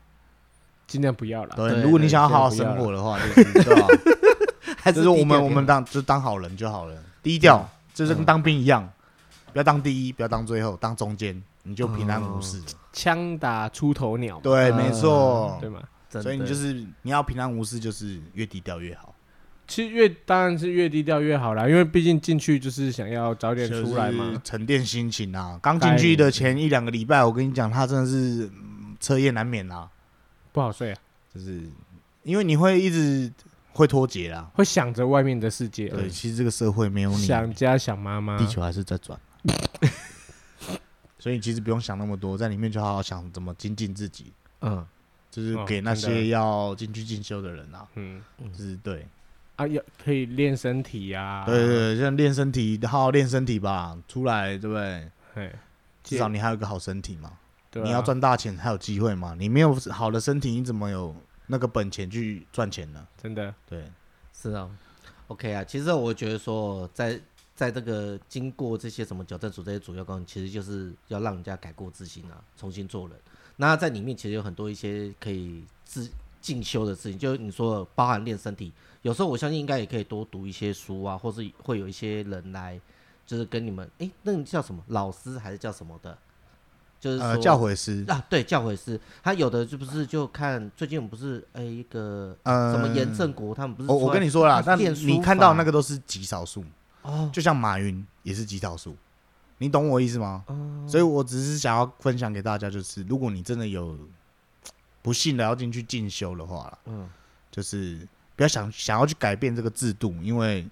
S2: 尽量不要了。
S3: 对，
S1: 对
S3: 如果你
S1: 对
S3: 想要好好
S2: 先不要
S3: 生活的话，就是 对 吧？
S1: 还
S3: 就是是我
S1: 低调
S3: 们我
S1: 点
S3: 们当就当好人就好了，低调，就是跟
S1: 嗯
S3: 当兵一样，不要当第一，不要当最后，当中间，你就平安无事了。
S2: 枪打出头鸟嘛，
S3: 对，哦
S1: 嗯
S3: 没错
S2: 嗯对。吗？
S1: 真
S3: 所以你
S1: 的
S3: 就是你要平安无事，就是越低调越好。
S2: 其实越当然是越低调越好啦，因为毕竟进去就是想要早点
S3: 就是
S2: 出来嘛。
S3: 沉淀心情啊。刚进去的前一两个礼拜，我跟你讲，他真的是嗯彻夜难眠啦，
S2: 不好睡啊，
S3: 就是因为你会一直会脱节啦。
S2: 会想着外面的世界，
S3: 对，其实这个社会没有你，
S2: 想家想妈妈。
S3: 地球还是在转。 所以其实不用想那么多，在里面就好好想怎么精进自己，
S1: 嗯，
S3: 就是
S2: 哦
S3: 给那
S2: 真的
S3: 些要进去进修的人啊，
S2: 嗯
S3: 就是对，
S2: 啊，要可以练身体啊呀。
S3: 对对对，像练身体，好好练身体吧，出来对不对？
S2: 嘿，
S3: 至少你还有一个好身体嘛，
S2: 对啊
S3: 你要赚大钱才有机会嘛，你没有好的身体，你怎么有那个本钱去赚钱呢？
S2: 真的
S3: 对，
S1: 是啊，OK 啊，其实我觉得说在。在这个经过这些什么矫正组这些主要功能，其实就是要让人家改过自新啊，重新做人。那在里面其实有很多一些可以自进修的事情，就是你说的包含练身体，有时候我相信应该也可以多读一些书啊，或是会有一些人来，就是跟你们，诶，那个叫什么老师还是叫什么的，就是说、
S3: 呃，教诲师，
S1: 啊，对教诲师，他有的就不是就看最近我们不是诶一个
S3: 呃，
S1: 什么严正国他们不是
S3: 我
S1: 出
S3: 我
S1: 来
S3: 跟你说啦，但
S1: 练书
S3: 你看
S1: 法
S3: 到那个都是极少数，
S1: 哦，
S3: 就像马云也是极少数，你懂我意思吗？
S1: 哦
S3: 所以我只是想要分享给大家，就是如果你真的有不幸的要进去进修的话啦，
S1: 嗯
S3: 就是不要想想要去改变这个制度，因为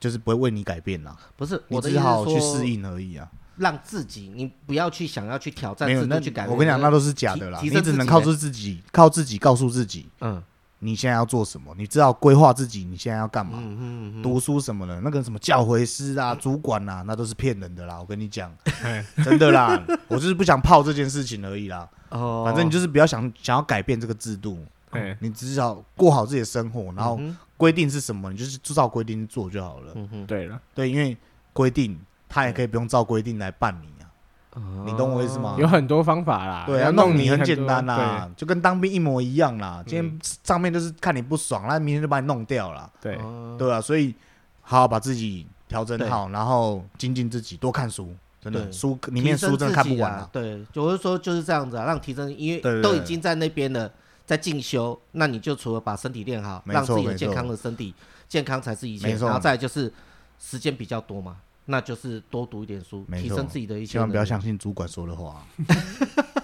S3: 就是不会为你改变啦，
S1: 不是
S3: 你
S1: 我的意
S3: 只
S1: 思
S3: 好去
S1: 是说
S3: 适，应而已啊。
S1: 让自己你不要去想要去挑战
S3: 没有，
S1: 制
S3: 那
S1: 度去改变。
S3: 我跟你讲，那都是假
S1: 提
S3: 的啦，
S1: 提
S3: 你
S1: 升
S3: 只
S1: 自
S3: 能
S1: 己
S3: 靠
S1: 的
S3: 住自己，靠自己告诉自己
S1: 嗯
S3: 你现在要做什么，你知道规划自己你现在要干嘛。
S1: 嗯嗯嗯嗯，
S3: 读书什么的，那个什么教诲师啊、主管啊，那都是骗人的啦！我跟你讲，
S2: 哎
S3: 真 的啦，我就是不想泡这件事情而已啦。
S1: 哦，
S3: 反正你就是不要想想要改变这个制度，
S2: 哎，
S3: 你只要过好自己的生活，然后
S1: 嗯哼
S3: 规定是什么，你就是照规定做就好了。
S1: 嗯哼，
S2: 对了，
S3: 对，因为规定他也可以不用照规定来办你啊，
S1: 哦
S3: 你懂我意思吗
S2: 有很多方法啦，
S3: 啊对啊，
S2: 要
S3: 弄
S2: 你
S3: 你很
S2: 多
S3: 简单啊啦，就跟当兵一模一样
S1: 嗯
S3: 啦。今天上面就是看你不爽，那明天就把你弄掉了，
S2: 对对，
S1: 哦
S3: 对啊，所以好好把自己调整
S1: 对
S3: 好，然后精进自己，多看书，真的
S1: 对
S3: 书里面
S1: 提升
S3: 书真的
S1: 自
S3: 看
S1: 己
S3: 不完
S1: 啊
S3: 啊。。
S1: 对，我是说就是这样子啊，让提升，因
S3: 对
S1: 为
S3: 对
S1: 都
S3: 对
S1: 已经在那边了，在进修，那你就除了把身体练好，
S3: 没错
S1: 让自己有
S3: 没错
S1: 健康的身体，健康才是一切。
S3: 没错
S1: 然后再来就是时间比较多嘛，那就是多读一点书，
S3: 没
S1: 提
S3: 错
S1: 升自己的一些
S3: 千万不要
S1: 能力
S3: 相信主管说的 话，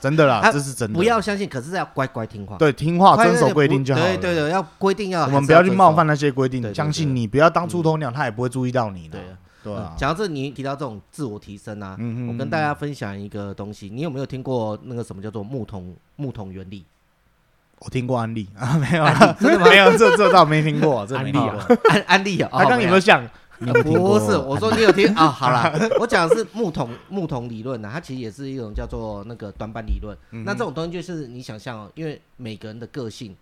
S3: 真的啦，
S1: 啊
S3: 这是真的。
S1: 不要相信，可是要乖乖听话，
S3: 对听话，啊遵守
S1: 不
S3: 规定就好了。
S1: 对对对，要规定要，
S3: 我
S1: 还
S3: 们
S1: 是
S3: 不要去
S1: 遵
S3: 冒
S1: 守
S3: 犯。那些规
S1: 对对
S3: 定，
S1: 对嗯
S3: 相信你，不要当出头鸟，他也不会注意到你的
S1: 对啊。
S3: 对啊
S1: 嗯，讲到这，你提到这种自我提升啊，
S3: 嗯哼
S1: 我跟大家分享一个东西，你有没有听过那个什么叫做木桶木桶原 理？
S3: 我听过安利啊，没有 啊，没有，这这倒没听过，这没听
S2: 安利
S3: 过。
S1: 安啊安利啊，哦
S3: 他刚有没有想？你有没有听过
S1: 呃不 是，我说你有听啊、好啦，我讲的是木桶木桶理论呐、啊它其实也是一种叫做那个短板理论。
S3: 嗯
S1: 那这种东西就是你想象哦，因为每个人的个性，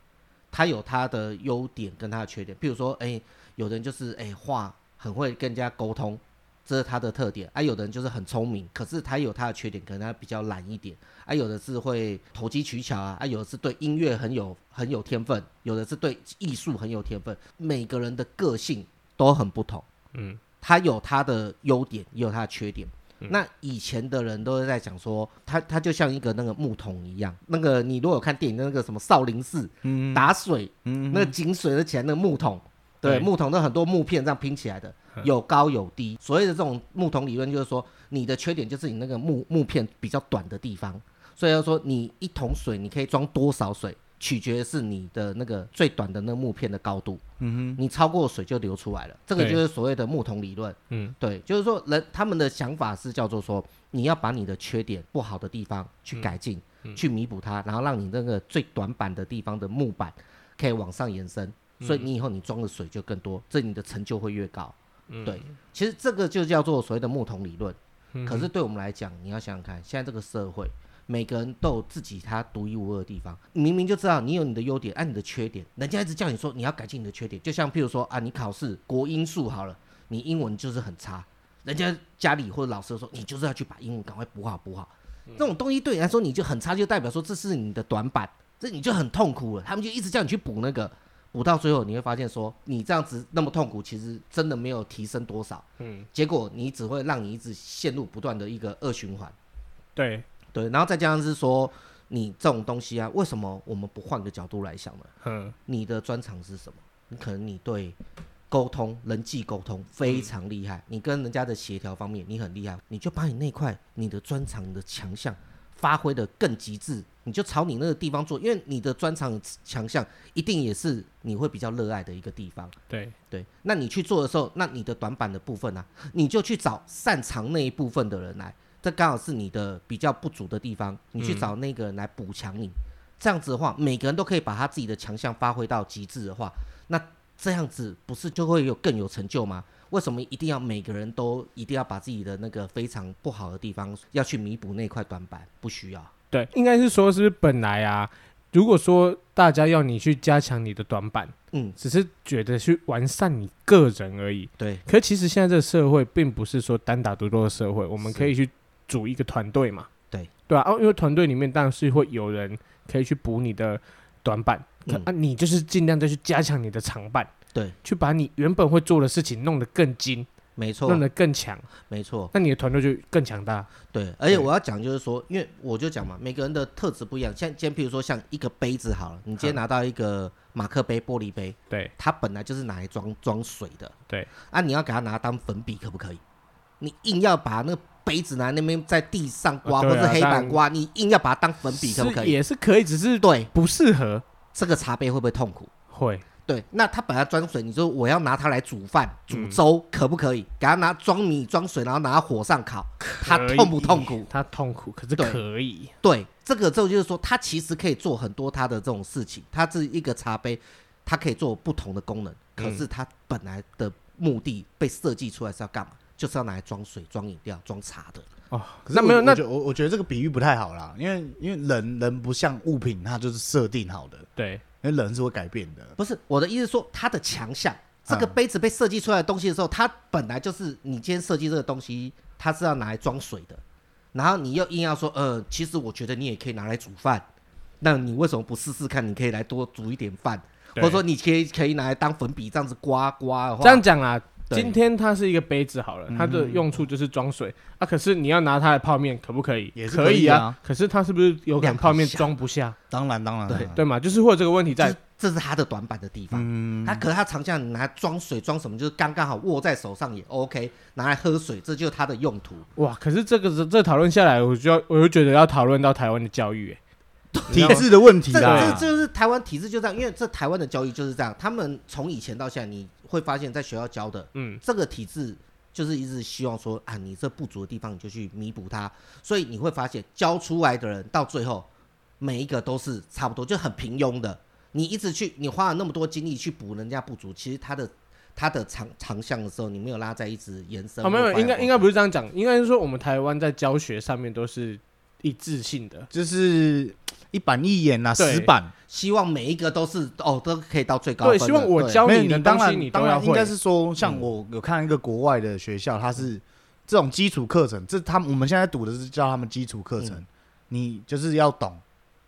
S1: 他有他的优点跟他的缺点。譬如说，哎、有的人就是哎话、很会跟人家沟通，这是他的特点；啊，有的人就是很聪明，可是他有他的缺点，可能他比较懒一点；啊，有的是会投机取巧啊；啊，有的是对音乐很有很有天分，有的是对艺术很有天分。每个人的个性都很不同。
S2: 嗯，
S1: 他有他的优点，也有他的缺点。那以前的人都是在讲说，他他就像一个那个木桶一样，那个你如果有看电影的那个什么少林寺
S3: 嗯
S1: 打水，
S3: 嗯
S1: 那个井水的钱那个木桶，对，
S2: 对嗯
S1: 木桶那很多木片这样拼起来的，有高有低。所谓的这种木桶理论，就是说你的缺点就是你那个木木片比较短的地方，所以要说你一桶水你可以装多少水，取决是你的那个最短的那个木片的高度。
S3: 嗯
S1: 你超过水就流出来了，这个
S2: 对
S1: 就是所谓的木桶理论。
S2: 嗯，
S1: 对，就是说人他们的想法是叫做说，你要把你的缺点、不好的地方去改进，
S2: 嗯
S1: 去弥补它，然后让你那个最短板的地方的木板可以往上延伸，
S2: 嗯
S1: 所以你以后你装的水就更多，这你的成就会越高。对，其实这个就叫做所谓的木桶理论。
S2: 嗯
S1: 可是对我们来讲，你要想想看，现在这个社会，每个人都有自己他独一无二的地方。你明明就知道你有你的优点，按、啊你的缺点，人家一直叫你说你要改进你的缺点。就像譬如说啊，你考试国英数好了，你英文就是很差，人家家里或者老师说你就是要去把英文赶快补好补好。这种东西对你来说你就很差，就代表说这是你的短板，这你就很痛苦了。他们就一直叫你去补那个，补到最后你会发现说你这样子那么痛苦，其实真的没有提升多少。
S2: 嗯，
S1: 结果你只会让你一直陷入不断的一个恶循环。
S2: 对，
S1: 对，然后再加上是说，你这种东西啊，为什么我们不换个角度来想呢？
S2: 嗯，
S1: 你的专长是什么？你可能你对沟通、人际沟通非常厉害，你跟人家的协调方面你很厉害，你就把你那块你的专长你的强项发挥的更极致，你就朝你那个地方做，因为你的专长强项一定也是你会比较热爱的一个地方。
S2: 对，
S1: 对，那你去做的时候，那你的短板的部分啊，你就去找擅长那一部分的人来，这刚好是你的比较不足的地方，你
S2: 嗯
S1: 去找那个人来补强你。这样子的话，每个人都可以把他自己的强项发挥到极致的话，那这样子不是就会有更有成就吗？为什么一定要每个人都一定要把自己的那个非常不好的地方要去弥补那块短板？不需要。
S2: 对，应该是说，是不是本来啊，如果说大家要你去加强你的短板，
S1: 嗯，
S2: 只是觉得去完善你个人而已。
S1: 对，
S2: 可其实现在这个社会并不是说单打独斗的社会，我们
S1: 是
S2: 可以去组一个团队嘛。
S1: 对，
S2: 对啊，哦，因为团队里面当然是会有人可以去补你的短板，可
S1: 嗯
S2: 啊，你就是尽量再去加强你的长板，
S1: 对，
S2: 去把你原本会做的事情弄得更精，
S1: 没错
S2: 弄，得更强，
S1: 没错。
S2: 那你的团队就更强大。
S1: 对，而且
S2: 对
S1: 我要讲就是说，因为我就讲嘛，每个人的特质不一样。像今天，譬如说像一个杯子好了，你今天拿到一个马克杯、玻璃杯，
S2: 对
S1: 它本来就是拿来装装水的
S2: 对，
S1: 啊，你要给它拿当粉笔可不可以？你硬要把那个杯子拿那边在地上刮、
S2: 啊
S1: 或
S2: 对啊
S1: 是黑板
S2: 但
S1: 刮，你硬要把它当粉笔可不
S2: 是
S1: 可以？
S2: 也是可以，只是
S1: 对，
S2: 不适合
S1: 这个茶杯会不会痛苦？
S2: 会。
S1: 对，那他本来装水，你说我要拿它来煮饭、
S2: 嗯
S1: 煮粥，可不可以？给他拿装米、装水，然后拿到火上烤，他
S2: 可以
S1: 痛不痛苦？
S2: 他痛苦，可是
S1: 对
S2: 可以，
S1: 对，这个之后就是说，他其实可以做很多他的这种事情。它是一个茶杯，它可以做不同的功能，可是它本来的目的被设计出来是要干嘛？就是要拿来装水、装饮料、装茶的。
S2: 哦，
S3: 可是
S2: 那没有
S3: 我
S2: 那
S3: 我觉得我我觉得这个比喻不太好啦，因为因为人人不像物品，它就是设定好的，
S2: 对
S3: 因为人是会改变的。
S1: 不是我的意思是说，它的强项，这个杯子被设计出来的东西的时候，它本来就是你今天设计这个东西，它是要拿来装水的，然后你又硬要说，呃，其实我觉得你也可以拿来煮饭，那你为什么不试试看？你可以来多煮一点饭，或
S2: 对
S1: 者说你可以可以拿来当粉笔这样子刮刮的话，
S2: 这样讲啊。
S1: 对嗯
S2: 今天它是一个杯子好了，它的用处就是装水啊。可是你要拿它的泡面，可不可以？
S3: 也是
S2: 可
S3: 可以啊
S2: 啊。可是它是不是有可能
S1: 量很
S2: 泡面
S1: 小
S2: 装不下？
S3: 当然当然，
S1: 对
S3: 当然
S2: 对嘛，就是会有这个问题
S1: 这
S2: 在
S1: 是。这是它的短板的地方。
S3: 嗯，
S1: 它可是它长项，你拿来装水装什么，就是刚刚好握在手上也 OK，拿来喝水，这就是它的用途。
S2: 哇，可是这个这这讨论下来，我就要我就觉得要讨论到台湾的教育、欸，你知
S3: 体
S2: 道吗
S3: 制的问题
S1: 这这
S2: 啊
S3: 啦，
S1: 这就是台湾体制就这样，因为这台湾的教育就是这样，他们从以前到现在，你会发现在学校教的
S2: 嗯，
S1: 这个体制，就是一直希望说啊，你这不足的地方你就去弥补它，所以你会发现教出来的人到最后每一个都是差不多，就很平庸的。你一直去，你花了那么多精力去补人家不足，其实他的他的长长项的时候，你没有拉在一直延伸
S2: 好、
S1: 或
S2: 啊没
S1: 发扬光
S2: 有，
S1: 大。
S2: 应该应该不是这样讲，应该是说我们台湾在教学上面都是一致性的，
S3: 就是一板一眼呐，
S2: 对
S3: 死板。
S1: 希望每一个都是哦，都可以到最高分
S2: 对，
S1: 的。
S2: 希望我教
S3: 没有
S2: 的
S3: 当
S2: 东西
S3: 然
S2: 你
S3: 当
S2: 都要
S3: 然应
S2: 会嗯
S3: 该，是说，像我有看一个国外的学校，它是这种基础课程，这他们我们现在读的是教他们基础课程
S1: 嗯，
S3: 你就是要懂，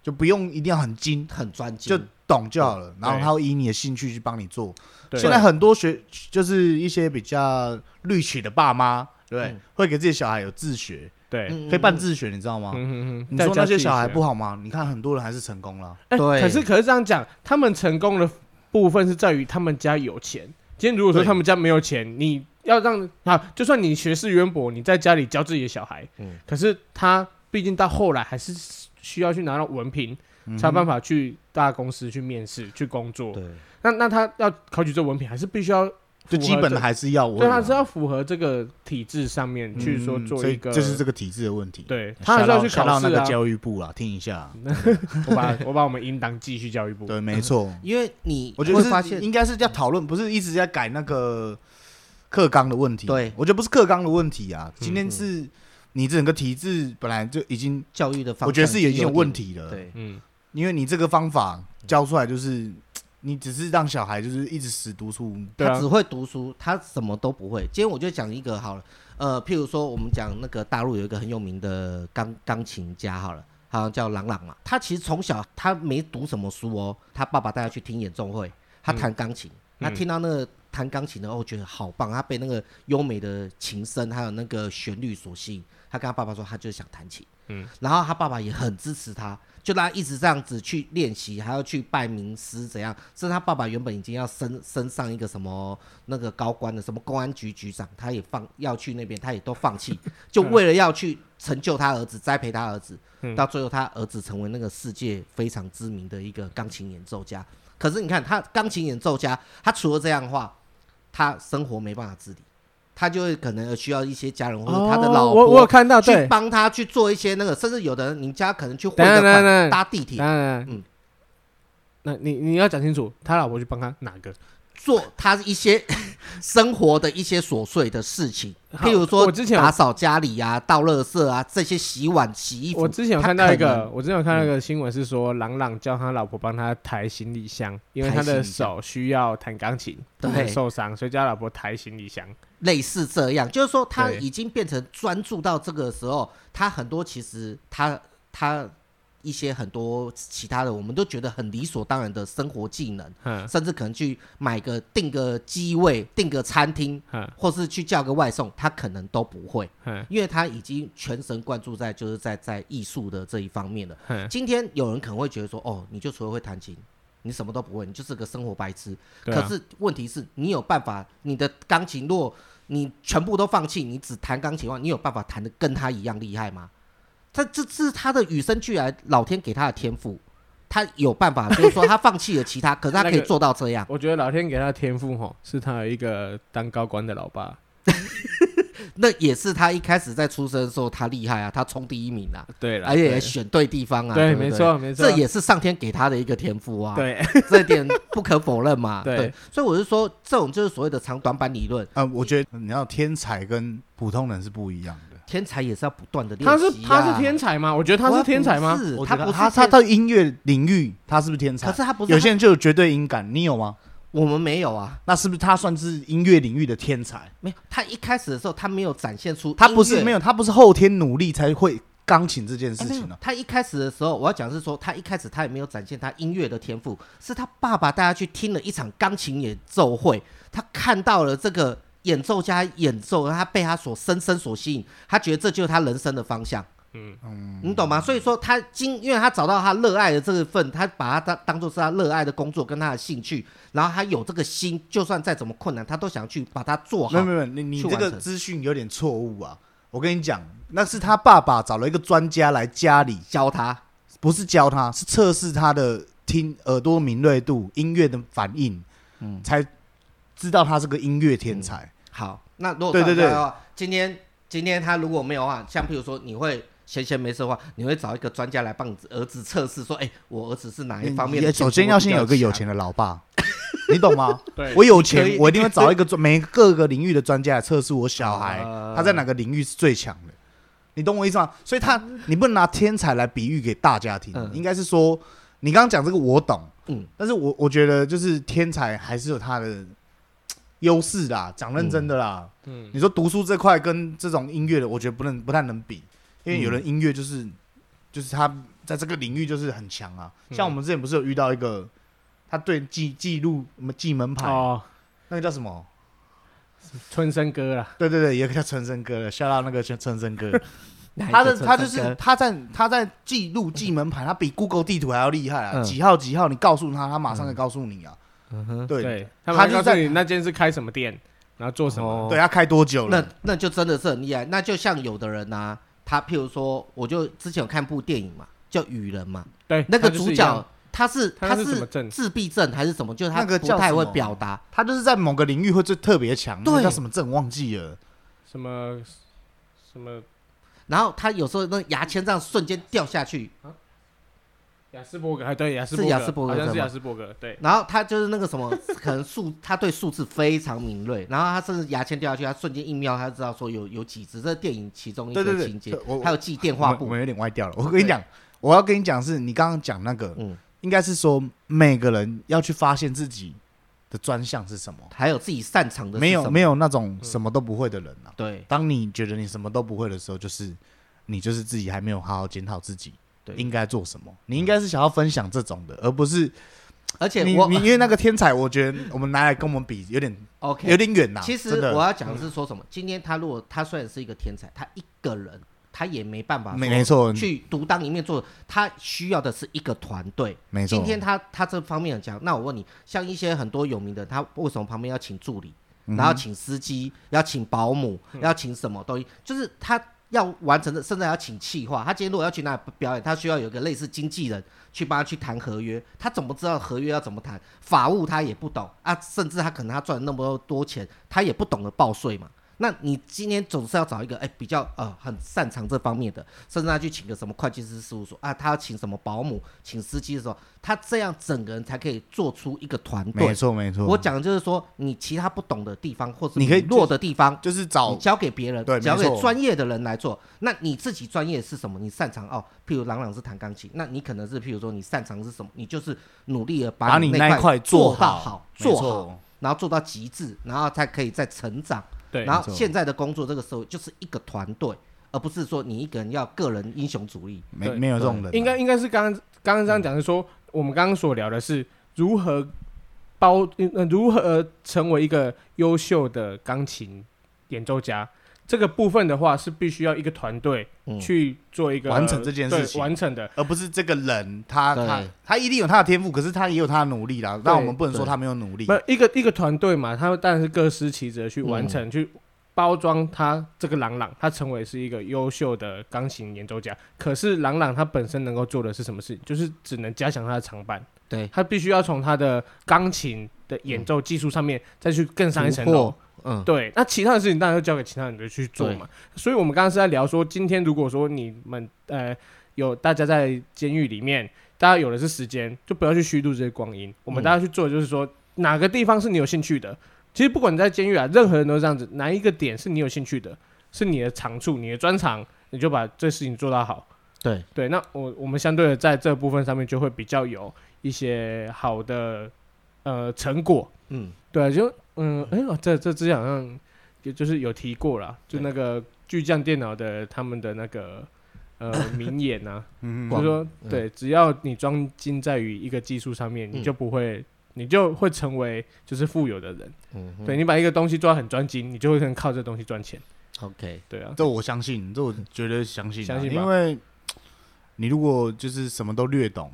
S3: 就不用一定要很精
S1: 对，很专精，
S3: 就懂就好了。然后他会以你的兴趣去帮你做。
S2: 对
S3: 现在很多学就是一些比较绿取的爸妈，对不对
S1: 嗯，
S3: 会给自己小孩有自学，
S2: 对，嗯
S1: 嗯
S3: 可以办自学，你知道吗？
S2: 嗯
S3: 你说那些小
S2: 在家
S3: 孩，
S2: 自己
S3: 不好吗？你看很多人还是成功了。
S2: 学哎、
S1: 对
S2: 可是可是这样讲，他们成功的部分是在于他们家有钱。今天如果说
S3: 对
S2: 他们家没有钱，你要让啊，就算你学识渊博，你在家里教自己的小孩，
S1: 嗯
S2: 可是他毕竟到后来还是需要去拿到文凭，才有办法去大公司去面试、去工作。
S1: 对。
S2: 那那他要考取这文凭，还是必须要
S3: 就基本的
S2: 还
S3: 还是要我，
S2: 对，他是要符合这个体制上面去说
S3: 嗯
S2: 做
S3: 所以
S2: 一个，
S3: 这是这个体制的问题。
S2: 对他还是要去考
S3: 到
S2: 试
S3: 那个
S2: 啊。嗯
S3: 教育部啦，听一下。
S2: 我把我把我们应当继续教育部，
S3: 对，没错，
S1: 因为你
S3: 我觉得
S1: 会发
S3: 是
S1: 现
S3: 应该是要讨论，不是一直在改那个课纲的问题。
S1: 对
S3: 我觉得不是课纲的问题
S2: 嗯
S3: 啊，今天是你整个体制本来就已经，
S1: 教育的方向，
S3: 我觉得是已经有问
S1: 点。
S3: 题了。，
S1: 对，
S2: 嗯，
S3: 因为你这个方法教出来就是，你只是让小孩就是一直死读书。
S2: 对
S1: 他
S2: 啊
S1: 只，会读书，他什么都不会。今天我就讲一个好了，呃，譬如说我们讲那个大陆有一个很有名的钢钢琴家好了，好像叫郎朗嘛，他其实从小他没读什么书哦，他爸爸带他去听演奏会，他
S2: 嗯
S1: 弹钢琴，他听到那个弹钢琴的哦，觉得好棒，他被那个优美的琴声还有那个旋律所吸引，他跟他爸爸说他就是想弹琴，
S2: 嗯，
S1: 然后他爸爸也很支持他，就让他一直这样子去练习，还要去拜名师怎样，甚至他爸爸原本已经要升升上一个什么那个高官的，什么公安局局长，他也放要去那边，他也都放弃，就为了要去成就他儿子，栽培他儿子，
S2: 嗯
S1: 到最后他儿子成为那个世界非常知名的一个钢琴演奏家。可是你看他钢琴演奏家，他除了这样的话，他生活没办法自理，他就会可能需要一些家人或者他的老
S2: 哦
S1: 婆，
S2: 我我有看到，
S1: 去
S2: 对，
S1: 帮他去做一些那个，甚至有的人你家可能去汇
S2: 等一
S1: 个
S2: 下等一下等一
S1: 款
S2: 下
S1: 搭地铁，
S2: 当然，嗯
S1: 嗯，
S2: 那你你要讲清楚，他老婆去帮他哪个？
S1: 做他一些 生活的一些琐碎的事情，
S2: 好
S1: 譬如说
S2: 我之前有
S1: 打扫家里呀、倒垃圾啊这些洗碗、洗衣服。
S2: 我之前有看到
S1: 他
S2: 一
S1: 可
S2: 个，
S1: 能嗯
S2: 我之前有看到一个新闻是说，朗朗叫他老婆帮他抬行李箱，因为他的
S1: 抬行李箱
S2: 手需要弹钢琴，
S1: 对
S2: 很受伤，所以叫他老婆抬行李箱。
S1: 类似这样，就是说他
S2: 对
S1: 已经变成专注到这个时候，他很多其实他他一些很多其他的，我们都觉得很理所当然的生活技能，
S2: 嗯
S1: 甚至可能去买个订个机位、订个餐厅，
S2: 嗯
S1: 或是去叫个外送，他可能都不会。
S2: 嗯
S1: 因为他已经全神贯注在就是在在艺术的这一方面了。
S2: 嗯，
S1: 今天有人可能会觉得说，哦，你就除了会弹琴，你什么都不会，你就是个生活白痴。
S2: 对啊
S1: 可是问题是你有办法，你的钢琴若你全部都放弃，你只弹钢琴的话，你有办法弹的跟他一样厉害吗？他这这是他的与生俱来，老天给他的天赋，他有办法，就是说他放弃了其他，可是他可以
S2: 那个
S1: 做到这样，
S2: 我觉得老天给他的天赋吼，是他有一个当高官的老爸。
S1: 那也是他一开始在出生的时候他厉害啊，他冲第一名啊，
S2: 对了，
S1: 而且也
S2: 对
S1: 选对地方啊，
S2: 对，
S1: 不
S2: 没，错，没错，
S1: 这也是上天给他的一个天赋啊，，
S2: 对，
S1: 这一点不可否认嘛，
S2: 对
S1: 对，所以我是说，这种就是所谓的长短板理论，
S3: 啊，我觉得你要天才跟普通人是不一样的。
S1: 天才也是要不断的练
S2: 他
S1: 习
S2: 是
S1: 啊，
S2: 他是天才吗？我觉得他是天才吗
S1: 不？是
S3: 我
S1: 他
S3: 觉
S1: 不
S3: 得
S1: 是
S3: 他他
S1: 天
S3: 到音乐领域，他是不是天才
S1: 可？是他不是
S3: 有些人就有绝对音感，你有吗？
S1: 我们没有啊，
S3: 那是不是他算是音乐领域的天才？
S1: 没有。他一开始的时候，他没有展现出音乐，
S3: 他不是没
S1: 有
S3: 有，他不是后天努力才会钢琴这件事情啊呢、
S1: 哎他一开始的时候，我要讲是说，他一开始他也没有展现他音乐的天赋，是他爸爸带他去听了一场钢琴演奏会，他看到了这个演奏家演奏，他被他所深深所吸引，他觉得这就是他人生的方向。
S2: 嗯
S1: 你懂吗？所以说他经，因为他找到他热爱的这一份，他把它当当做是他热爱的工作跟他的兴趣，然后他有这个心，就算再怎么困难，他都想去把它做
S3: 没
S1: 好
S3: 有。没有，没有你你
S1: 去
S3: 这
S1: 完
S3: 个
S1: 成
S3: 资讯有点错误啊！我跟你讲，那是他爸爸找了一个专家来家里，
S1: 教他，
S3: 不是教他，是测试他的听耳朵敏锐度、音乐的反应，
S1: 嗯
S3: 才知道他是个音乐天才。
S1: 好，那如果
S3: 对对
S1: 这样的话，今天今天他如果没有的话，像譬如说你会闲闲没事的话，你会找一个专家来帮你儿子测试，说，哎、我儿子是哪一方面
S3: 你
S1: 的？
S3: 首先要先有一个有钱，的老爸， 你懂吗？
S2: 对，
S3: 我有
S1: 你可
S3: 钱
S1: 以，
S3: 我一定会找一个专每各个领域的专家来测试我小孩
S1: 啊
S3: 他在哪个领域是最强的，你懂我意思吗？所以他你不能拿天才来比喻给大家听
S1: 嗯，
S3: 应该是说你刚刚讲这个我懂，
S1: 嗯
S3: 但是我我觉得就是天才还是有他的嘖优势啦，讲认真的啦，
S2: 嗯，
S3: 你说读书这块跟这种音乐的，我觉得不能不太能比，因为有人音乐就是、就是他在这个领域就是很强啊，
S2: 嗯
S3: 像我们之前不是有遇到一个。他对记记录什么记门牌，
S2: 哦，
S3: 那个叫什么？
S2: 春生哥啦，
S3: 对对对，也叫陈生哥了，笑到那个陈陈生哥，
S1: 哪一
S3: 他的
S1: 个
S3: 他
S1: 测
S3: 就
S1: 试
S3: 是他在他在记录记门牌，他比 Google 地图还要厉害啊！
S1: 嗯
S3: 几号几号，你告诉他，他马上就告诉你啊！
S1: 嗯哼
S3: 对
S2: 对，他们
S3: 他就
S2: 会告诉
S3: 在
S2: 你那间是开什么店，然后做什么，
S1: 哦
S3: 对，他开多久
S1: 那
S3: 了？
S1: 那就真的是很厉害。那就像有的人呐、啊他譬如说，我就之前有看部电影嘛，叫《雨人》嘛，
S2: 对，
S1: 啊那个
S2: 他就是
S1: 主
S2: 一样
S1: 角他是
S2: 他
S1: 他
S2: 是什么
S1: 是
S2: 症
S1: 自闭症还是什么，就是他
S3: 那个
S1: 不
S3: 叫
S1: 太
S3: 什
S1: 会
S3: 么
S1: 表达。
S3: 他就是在某个领域会最特别强，那个
S1: 对
S3: 叫什么症忘记了？
S2: 什么什么
S1: 然后他有时候那牙签这样瞬间掉下去，
S2: 雅斯伯格，还哎对雅斯
S1: 是
S2: 伯格，
S1: 雅斯伯格
S2: 好像
S1: 症
S2: 是
S1: 吗
S2: 雅斯伯格，对，
S1: 然后他就是那个什么， 可能数他对数字非常敏锐，然后他甚至牙签掉下去，他瞬间一瞄，他就知道说有有几只。这是电影其中一
S3: 对对
S1: 个
S3: 对
S1: 情节
S3: 对我，我
S1: 还有记电话
S3: 我们我
S1: 簿，
S3: 们有点歪掉了。我跟你讲，我要跟你讲是，你刚刚讲那个，
S1: 嗯
S3: 应该是说每个人要去发现自己的专项是什么，
S1: 还有自己擅长的是
S3: 没有
S1: 什么嗯
S3: 没有那种什么都不会的人啊。
S1: 对
S3: 当你觉得你什么都不会的时候，就是你就是自己还没有好好检讨自己
S1: 对嗯
S3: 应该做什么。你应该是想要分享这种的，而不是
S1: 而且
S3: 你
S1: 我
S3: 你因为那个天才，我觉得我们拿来跟我们比有点
S1: OK
S3: 有点远呐。
S1: 其实
S3: 真的
S1: 我要讲的是说什么？今天他如果他虽然是一个天才，他一个人他也没办法
S3: 没没错
S1: 去独当一面做，他需要的是一个团队。
S3: 没错，
S1: 今天他他这方面很强，那我问你，像一些很多有名的，他为什么旁边要请助理，
S3: 嗯
S1: 然后请司机，要请保姆，要请什么东西？就是他要完成的，甚至还要请企划。他今天如果要去那里表演，他需要有一个类似经纪人去帮他去谈合约，他怎么知道合约要怎么谈？法务他也不懂啊，甚至他可能他赚了那么多钱，他也不懂得报税嘛。那你今天总是要找一个哎、比较呃很擅长这方面的，甚至他去请个哎什么会计师事务所啊，他要请什么保姆、请司机的时候，他这样整个人才可以做出一个团队
S3: 没。错没错，
S1: 我讲的就是说，你其他不懂的地方或是
S3: 你可以
S1: 弱的地方，
S3: 就是
S1: 你
S3: 找
S1: 交给别人
S3: 哦对，
S1: 交给
S3: 没错
S1: 专业的人来做。那你自己专业是什么？你擅长哦，譬如朗朗是弹钢琴，那你可能是譬如说你擅长是什么？你就是努力的
S3: 把
S1: 你
S3: 你那一
S1: 块
S3: 块
S1: 做到
S3: 好，没
S1: 做
S3: 错
S1: 好，，然后做到极致，然后才可以再成长。
S2: 对，
S1: 然后
S3: 没错
S1: 现在的工作这个时候就是一个团队，而不是说你一个人要个人英雄主义。
S3: 没
S2: 对
S3: 没有这种人啊，
S2: 应该应该是刚刚刚刚这样讲，是说我们刚刚所聊的是如何包呃如何成为一个优秀的钢琴演奏家。这个部分的话是必须要一个团队
S1: 嗯
S2: 去做一个
S3: 完成这件事
S2: 对
S3: 情
S2: 完成的。
S3: 而不是这个人他
S1: 对
S3: 他他一定有他的天赋，可是他也有他的努力啦。那我们不能说
S1: 对
S3: 他没有努
S1: 嗯
S3: 力
S2: 不，，一个一个团队嘛，他们当然是各司其职地去完成，去包装他这个朗朗，他成为是一个优秀的钢琴演奏家。可是朗朗他本身能够做的是什么事？就是只能加强他的长板，
S1: 对，
S2: 他必须要从他的钢琴的演奏技术上面再去更上一层
S1: 突
S2: 楼
S1: 破。，嗯，
S2: 对，那其他的事情当然就交给其他人去做嘛。所以我们刚刚是在聊说，今天如果说你们呃有大家在监狱里面，大家有的是时间，就不要去虚度这些光阴。我们
S1: 嗯
S2: 大家去做，就是说、哪个地方是你有兴趣的。其实不管你在监狱啊，任何人都这样子，哪一个点是你有兴趣的，是你的长处、你的专长，你就把这事情做到好。
S1: 对，
S2: 对，那我我们相对的在这部分上面就会比较有一些好的呃成果。
S1: 嗯，
S2: 对，就嗯，哎、呦，这这之前好像也就是有提过啦，就
S1: 对
S2: 那个巨匠电脑的他们的那个呃名言 啊，
S3: 嗯
S2: 就
S1: 广
S2: 是说
S1: 嗯
S2: 对，只要你专精在于一个技术上面，你
S1: 嗯
S2: 就不会。你就会成为就是富有的人，
S1: 嗯哼
S2: 对你把一个东西做到很专精，你就会能靠这东西赚钱，
S1: ，OK，
S2: 对啊，
S3: 这我相信，这我绝对相信啊，
S2: 相信吧
S3: 因为你如果就是什么都略懂，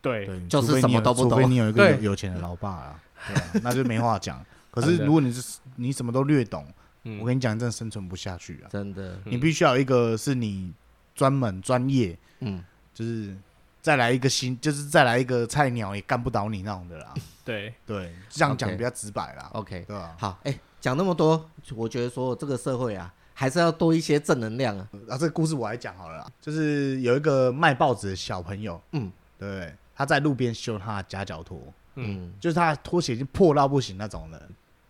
S2: 对，
S3: 对，
S1: 就是
S3: 除非你
S1: 什么
S3: 有
S1: 都不懂
S3: 除非你有一个有
S2: 对
S3: 有钱的老爸啊，对啊那就没话讲。可
S2: 真
S3: 是
S2: 的
S3: 如果你是你什么都略懂，
S2: 嗯
S3: 我跟你讲，真的生存不下去啊！
S1: 真的，
S2: 嗯
S3: 你必须要有一个是你专门专业，
S1: 嗯，
S3: 就是再来一个新，就是再来一个菜鸟也干不倒你那种的啦。
S2: 对，
S3: 对，这样
S1: 嗯
S3: 讲
S1: OK
S3: 比较直白啦，
S1: OK，
S3: 对啊吧？
S1: 好，哎、讲那么多，我觉得说这个社会啊，还是要多一些正能量啊。
S3: 啊，这个故事我来讲好了啦，就是有一个卖报纸的小朋友，
S1: 嗯
S3: 对，他在路边修他的夹脚拖，
S1: 嗯，
S3: 就是他的拖鞋已经破到不行那种了。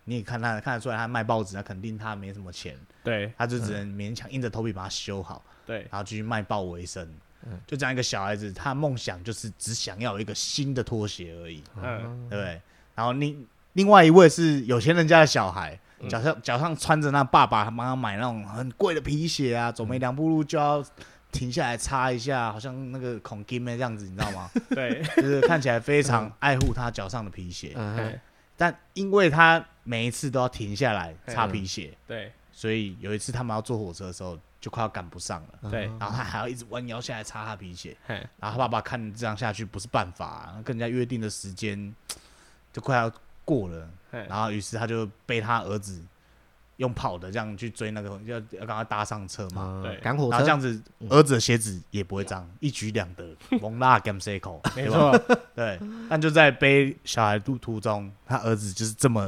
S3: 你也看他看得出来，他卖报纸，那肯定他没什么钱，
S2: 对，
S3: 他就只能勉强硬着头皮把它修好，
S2: 对，
S3: 然后继续卖报为生。
S2: 嗯
S3: 就这样一个小孩子，他梦想就是只想要有一个新的拖鞋而
S1: 啊
S3: 已，
S2: 嗯，
S3: 对不对？然后另另外一位是有钱人家的小孩，
S2: 嗯
S3: 脚上脚上穿着那爸爸帮他买那种很贵的皮鞋啊，
S2: 嗯
S3: 走没两步路就要停下来擦一下，好像那个孔金妹这样子，你知道吗？
S2: 对，
S1: 啊
S3: 就是看起来非常
S2: 嗯
S3: 爱护他脚上的皮鞋。
S1: 嗯哼，
S2: 哎
S3: 但因为他每一次都要停下来擦
S2: 嗯
S3: 皮鞋，
S2: 对，
S3: 所以有一次他们要坐火车的时候就快要赶不上了，
S2: 对
S1: 嗯
S3: 然后他还要一直弯腰下来擦他皮鞋，
S2: 嘿
S3: 然后他爸爸看这样下去不是办法啊、跟人家约定的时间就快要过了，
S2: 嘿
S1: 啊
S3: 然后于是他就被他儿子用跑的这样去追那个要要跟他搭上车嘛，
S1: 嗯
S2: 对
S1: 赶火车
S3: 然
S1: 嗯
S3: 后这样子儿子的鞋子也不会脏，一举两得，蒙拉 gam s e c o
S2: 没错，
S3: 对，但就在背小孩路途中，他儿子就是这么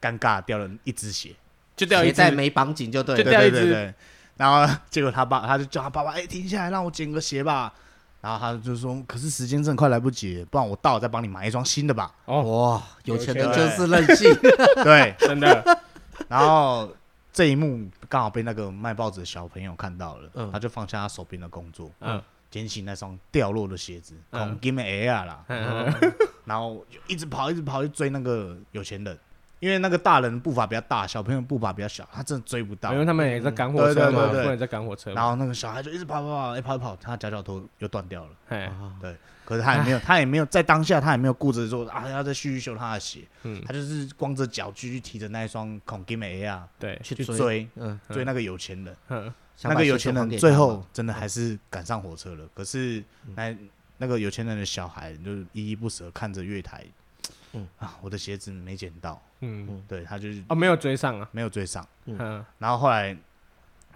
S3: 尴尬，掉了一只血。
S2: 就掉一
S1: 鞋
S2: 只
S1: 带，没绑紧就对
S2: 就
S1: 了。
S2: 掉一
S3: 对对
S2: 只
S3: 对。然后结果他爸他就叫他爸爸，哎、停下来，让我捡个鞋吧。然后他就说，可是时间真的快来不及了，不然我到了再帮你买一双新的 吧。
S2: 哦，
S1: 哇，有
S2: 有
S1: 钱
S2: 钱
S1: 人就
S3: 人
S1: 是任性。
S3: 对，
S2: 真的，
S3: 然后这一幕刚好被那个卖报纸的小朋友看到了，
S1: 嗯
S3: 他就放下他手边的工作，
S2: 嗯
S3: 捡起那双掉落的鞋子，
S2: 嗯
S3: 孔金的鞋啊啦，
S2: 嗯
S3: 然后就一直跑，一直跑去追那个有钱人，因为那个大人步伐比较大，小朋友步伐比较小，他真的追不到
S2: 因。为他们也在赶火
S3: 对
S2: 车
S3: 对
S2: 嘛，
S3: 对对
S2: 不然在赶火车嘛，
S3: 然后那个小孩就一直跑跑跑，哎跑一跑，他脚脚头又断掉了。
S2: 哎，
S1: 啊
S3: 可是他也没有，他也没有在当下，他也没有顾着说啊要再续续修他的鞋，
S2: 嗯，
S3: 他就是光着脚继续提着那一双孔金美 A 啊
S2: 对，
S1: 去
S3: 去
S1: 追
S3: 追
S1: 嗯，
S2: 嗯
S3: 追那个有钱人。
S2: 嗯，
S1: 想
S3: 那
S1: 把
S3: 个有
S1: 鞋
S3: 钱
S1: 子还
S3: 人
S1: 给
S3: 最
S1: 他
S3: 后
S1: 嘛嗯
S3: 真的还是赶上火车了，可是那那个有钱人的小孩就是依依不舍看着月台，
S1: 嗯
S3: 啊，我的鞋子没捡到，
S2: 嗯，
S3: 对他就是
S2: 哦，没有追上啊，
S3: 没有追上。
S2: 嗯，
S3: 然后后来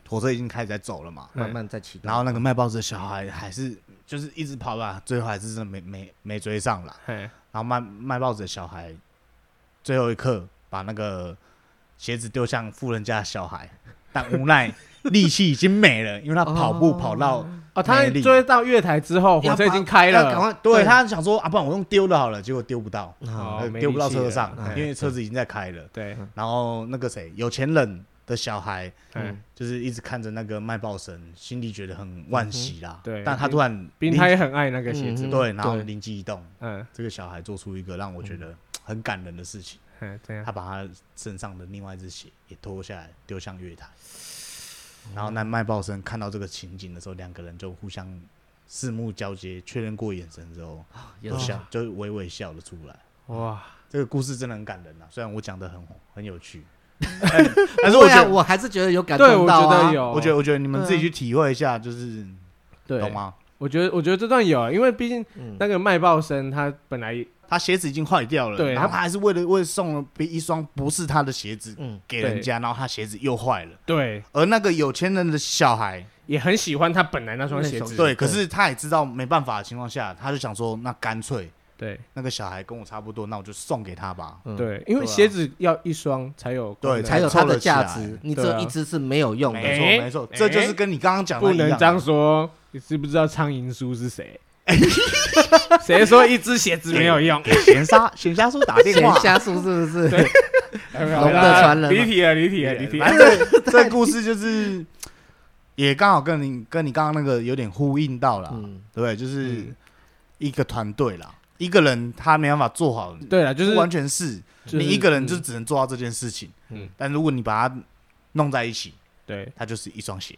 S3: 火车已经开始在走了嘛，
S1: 慢慢在起动。
S3: 然后那个卖报纸的小孩还是就是一直跑吧，最后还是真的没没没追上啦。
S2: 嘿，
S3: 然后卖卖报纸的小孩最后一刻把那个鞋子丢向富人家的小孩，但无 奈力气已经没了，因为他跑步
S1: 哦
S3: 跑到
S2: 哦，他
S3: 没力
S2: 追到月台之后，火车已经开
S3: 要赶
S2: 了，
S3: 快对他想说啊，不然我用丢的好了，结果丢不到，
S1: 啊，
S2: 哦
S3: 呃
S2: 没
S3: 丢不到
S2: 力气
S3: 车
S2: 了
S3: 上
S2: 嗯，
S3: 因为车子已经在开了。
S2: 对，
S3: 然后那个谁，有钱人的小孩
S2: 嗯，
S3: 就是一直看着那个卖报神，心里觉得很惋惜啦。
S2: 嗯对
S3: 但他突然
S2: 冰
S3: 灵
S2: 他也很爱那个鞋子
S1: 嗯，
S3: 对，然后
S1: 对
S3: 灵机一动，
S2: 嗯，
S3: 这个小孩做出一个让我觉得很感人的事情，
S2: 嗯，这样
S3: 他，把他身上的另外一只鞋也脱下来丢向月台。然后那卖报生看到这个情景的时候，两个人就互相四目交接，确认过眼神之后，
S1: 有
S3: 就
S1: 钱
S3: 笑，就微微笑了出来。
S2: 哇，
S3: 这个故事真的很感人啊！虽然我讲的很很有 趣，但但是我
S1: 对啊
S3: 觉得，
S1: 我还是觉得有感
S2: 对，
S1: 动
S2: 我
S1: 到
S2: 觉得
S1: 啊。
S2: 有，
S3: 我觉得，我觉得你们自己去体会一下，就是
S2: 对，
S3: 懂吗？
S2: 我觉得，我觉得这段有，啊因为毕竟
S1: 嗯
S2: 那个卖报生他本来
S3: 他鞋子已经坏掉了，
S2: 对
S1: 啊
S3: 然后
S2: 他
S3: 他还是为了为了送了别一双不是他的鞋子
S1: 嗯
S3: 给人家，然后他鞋子又坏了。
S2: 对
S3: 而那个有钱人的小孩，
S2: 也很喜欢他本来那双鞋
S1: 那
S2: 子，
S1: 双对
S3: 对，可是他也知道没办法的情况下，他就想说，那干脆
S2: 对
S3: 那个小孩跟我差不多，那我就送给他吧。
S1: 嗯
S2: 对，因为
S3: 对啊
S2: 鞋子要一双才有功能
S3: 对
S1: 才有它
S3: 凑得
S1: 的
S3: 起来
S1: 价值。你只
S2: 对
S1: 有
S2: 啊
S1: 一只是没有用
S3: 没
S1: 的，
S3: 错
S2: 哎
S3: 没错，
S2: 哎
S3: 这就是跟你刚刚讲的
S2: 不
S3: 一样啊
S2: 能这样说。你知不知道苍蝇叔是 谁？谁说一只鞋子没有用？
S3: 给咸沙咸虾叔打电
S1: 闲
S3: 话。啊
S1: 暇叔是不 是？
S2: 龙
S1: 的传人啊
S2: 离题了，离题了，离题了
S3: 反。正 这这故事就是也刚好跟你跟你刚刚那个有点呼应到了，
S1: 嗯
S3: 对不对？就是一个团队啦，一个人他没办法做好，
S2: 对了，就是
S3: 不完全是
S2: 就是
S3: 你一个人就
S2: 嗯
S3: 只能做到这件事情。
S2: 嗯
S3: 但如果你把它弄在一起，
S2: 对
S3: 它就是一双鞋。